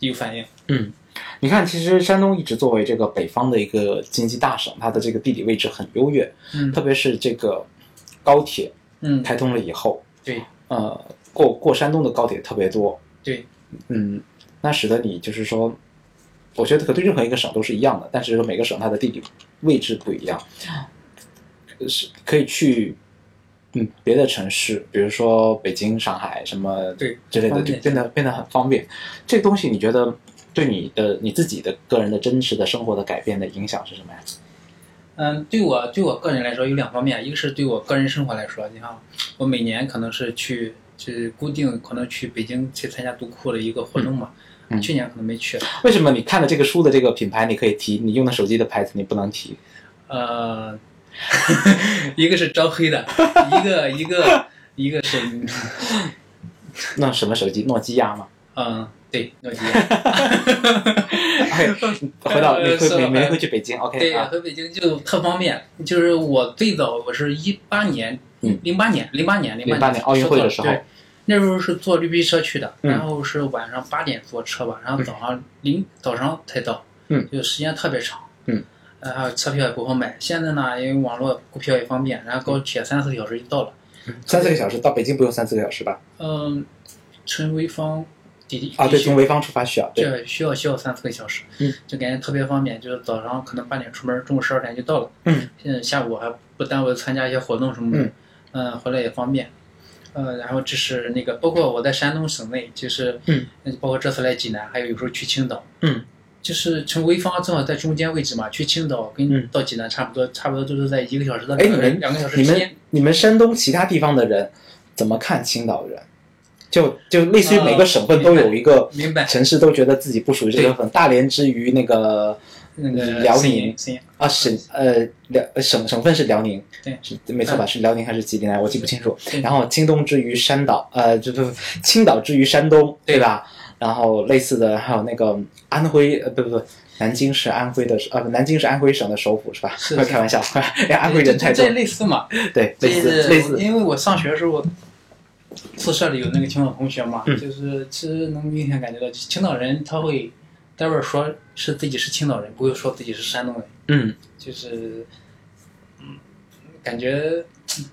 Speaker 2: 有反应。
Speaker 1: 你看，其实山东一直作为这个北方的一个经济大省，它的这个地理位置很优越，
Speaker 2: 嗯
Speaker 1: 特别是这个高铁
Speaker 2: 嗯，
Speaker 1: 开通了以后，
Speaker 2: 对
Speaker 1: 呃，过过山东的高铁特别多，
Speaker 2: 对，
Speaker 1: 嗯，那使得你就是说，我觉得可对任何一个省都是一样的，但是说每个省它的地理位置不一样，是可以去嗯别的城市，比如说北京、上海什么
Speaker 2: 对
Speaker 1: 之类的，
Speaker 2: 方
Speaker 1: 就
Speaker 2: 便
Speaker 1: 变得变得很方便。这东西你觉得对你的你自己的个人的真实的生活的改变的影响是什么呀？
Speaker 2: 嗯，对我对我个人来说有两方面，一个是对我个人生活来说，你看啊我每年可能是去就是固定可能去北京去参加读库的一个活动嘛，
Speaker 1: 嗯
Speaker 2: 去年可能没去，
Speaker 1: 为什么你看了这个书的这个品牌你可以提，你用的手机的牌子你不能 提？
Speaker 2: 呃， 一个是招黑的，一个一个一个是
Speaker 1: 那什么手机？诺基亚吗？
Speaker 2: 嗯对诺基亚，
Speaker 1: 哎，回到你
Speaker 2: 呃是
Speaker 1: 会每
Speaker 2: 的
Speaker 1: 每回去北京，OK
Speaker 2: 对
Speaker 1: 啊，
Speaker 2: 回北京就特方便，就是我最早我是一八年，
Speaker 1: 嗯
Speaker 2: 零八年零八年零
Speaker 1: 08年奥运会的时候。
Speaker 2: 说错了对那时候是坐绿皮车去的，
Speaker 1: 嗯
Speaker 2: 然后是晚上八点坐车吧，然后早上零早上才到，
Speaker 1: 嗯，
Speaker 2: 就时间特别长，
Speaker 1: 嗯，
Speaker 2: 然后车票也不好买。现在呢，因为网络购票也方便，然后高铁三四个小时就到了。
Speaker 1: 三四个小时到北京不用三四个小时吧？
Speaker 2: 嗯，从潍坊抵
Speaker 1: 啊，对，
Speaker 2: 抵
Speaker 1: 从潍坊出发需要对，
Speaker 2: 这需要需要三四个小时，
Speaker 1: 嗯，
Speaker 2: 就感觉特别方便，就是早上可能八点出门，中午十二点就到了，
Speaker 1: 嗯，
Speaker 2: 现在下午还不耽误参加一些活动什么的，嗯、回来也方便，呃，然后这是那个，包括我在山东省内，就是，呃
Speaker 1: 嗯，
Speaker 2: 包括这次来济南，还有有时候去青岛，
Speaker 1: 嗯，
Speaker 2: 就是从潍坊正好在中间位置嘛，去青岛
Speaker 1: 嗯
Speaker 2: 跟到济南差不多，差不多都是在一个小时到
Speaker 1: 哎，
Speaker 2: 两
Speaker 1: 你
Speaker 2: 个
Speaker 1: 们
Speaker 2: 呃两个小时
Speaker 1: 你
Speaker 2: 之间
Speaker 1: 们。你们山东其他地方的人怎么看青岛人？就就类似于每个省份都有一个
Speaker 2: 呃明白，
Speaker 1: 城市，都觉得自己不属于这个省份。大连之于那个
Speaker 2: 那个
Speaker 1: 辽宁
Speaker 2: 沈阳沈阳
Speaker 1: 啊省呃辽呃省省份是辽宁，
Speaker 2: 对嗯
Speaker 1: 是没错吧？是辽宁还是吉林来着？我记不清楚
Speaker 2: 对。
Speaker 1: 然后青东之于山岛，呃，就是青岛之于山东，对吧？然后类似的还有那个安徽，呃，不不不，南京是安徽的，呃，不南京是安徽省的首府，是吧？
Speaker 2: 是
Speaker 1: 开玩笑， 哎安徽人太
Speaker 2: 这
Speaker 1: 多
Speaker 2: 这，类似嘛，
Speaker 1: 对，
Speaker 2: 这
Speaker 1: 类似类似，
Speaker 2: 因为我上学的时候，宿舍里有那个青岛同学嘛，
Speaker 4: 嗯
Speaker 2: 就是其实能明显感觉到青岛人他会待会儿说是自己是青岛人，不会说自己是山东人，
Speaker 4: 嗯
Speaker 2: 就是嗯，感觉嗯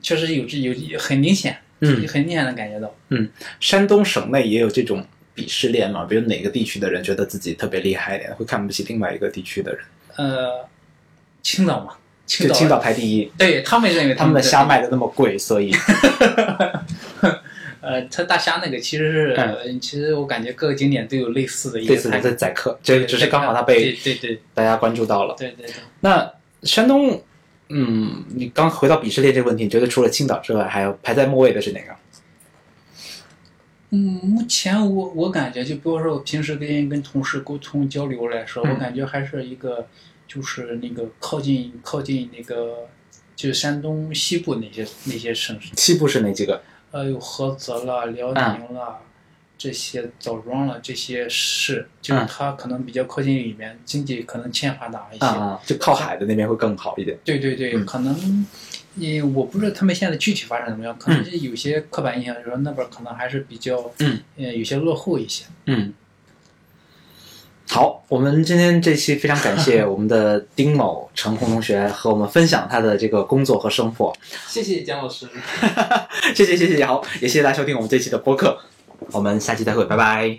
Speaker 2: 确实有这有很明显，
Speaker 4: 嗯
Speaker 2: 很明显的感觉到。
Speaker 1: 山东省内也有这种鄙视链嘛，比如哪个地区的人觉得自己特别厉害一点，会看不起另外一个地区的人，
Speaker 2: 呃，青岛嘛，青
Speaker 1: 就
Speaker 2: 岛，嗯
Speaker 1: 青岛排第一，
Speaker 2: 对他们认为
Speaker 1: 他们的
Speaker 2: 是
Speaker 1: 虾卖的那么贵，所以
Speaker 2: 呃，它大虾那个其实是，
Speaker 1: 嗯
Speaker 2: 呃其实我感觉各个景点都有类似的一个
Speaker 1: 这次我
Speaker 2: 菜
Speaker 1: 在宰客，这只是刚好他被
Speaker 2: 对对对
Speaker 1: 大家关注到了。
Speaker 2: 对对对，
Speaker 1: 那山东，嗯，你刚回到鄙视链这个问题，你觉得除了青岛之外，还有排在末位的是哪个？
Speaker 2: 嗯，目前我我感觉就比如说我平时跟跟同事沟通交流来说，
Speaker 1: 嗯
Speaker 2: 我感觉还是一个就是那个靠近靠近那个就是山东西部那些那些省市，
Speaker 1: 西部是哪几个？
Speaker 2: 呃，有菏泽啦、辽宁
Speaker 1: 嗯
Speaker 2: 啦、这些枣庄啦这些市，就是
Speaker 1: 嗯
Speaker 2: 它可能比较靠近里面，经济可能欠发达一些。
Speaker 1: 啊、啊，就靠海的那边会更好一点。
Speaker 2: 对对对，
Speaker 1: 嗯
Speaker 2: 可能，也我不知道他们现在具体发展怎么样，可能是有些刻板印象，就是说那边儿可能还是比较，
Speaker 1: 嗯，
Speaker 2: 呃，有些落后一些。
Speaker 1: 嗯，好，我们今天这期非常感 谢我们的丁某程红同学和我们分享他的这个工作和生活，
Speaker 2: 谢谢姜老师。
Speaker 1: 谢谢谢谢，好，也谢谢大家收听我们这期的播客，我们下期再会，拜拜。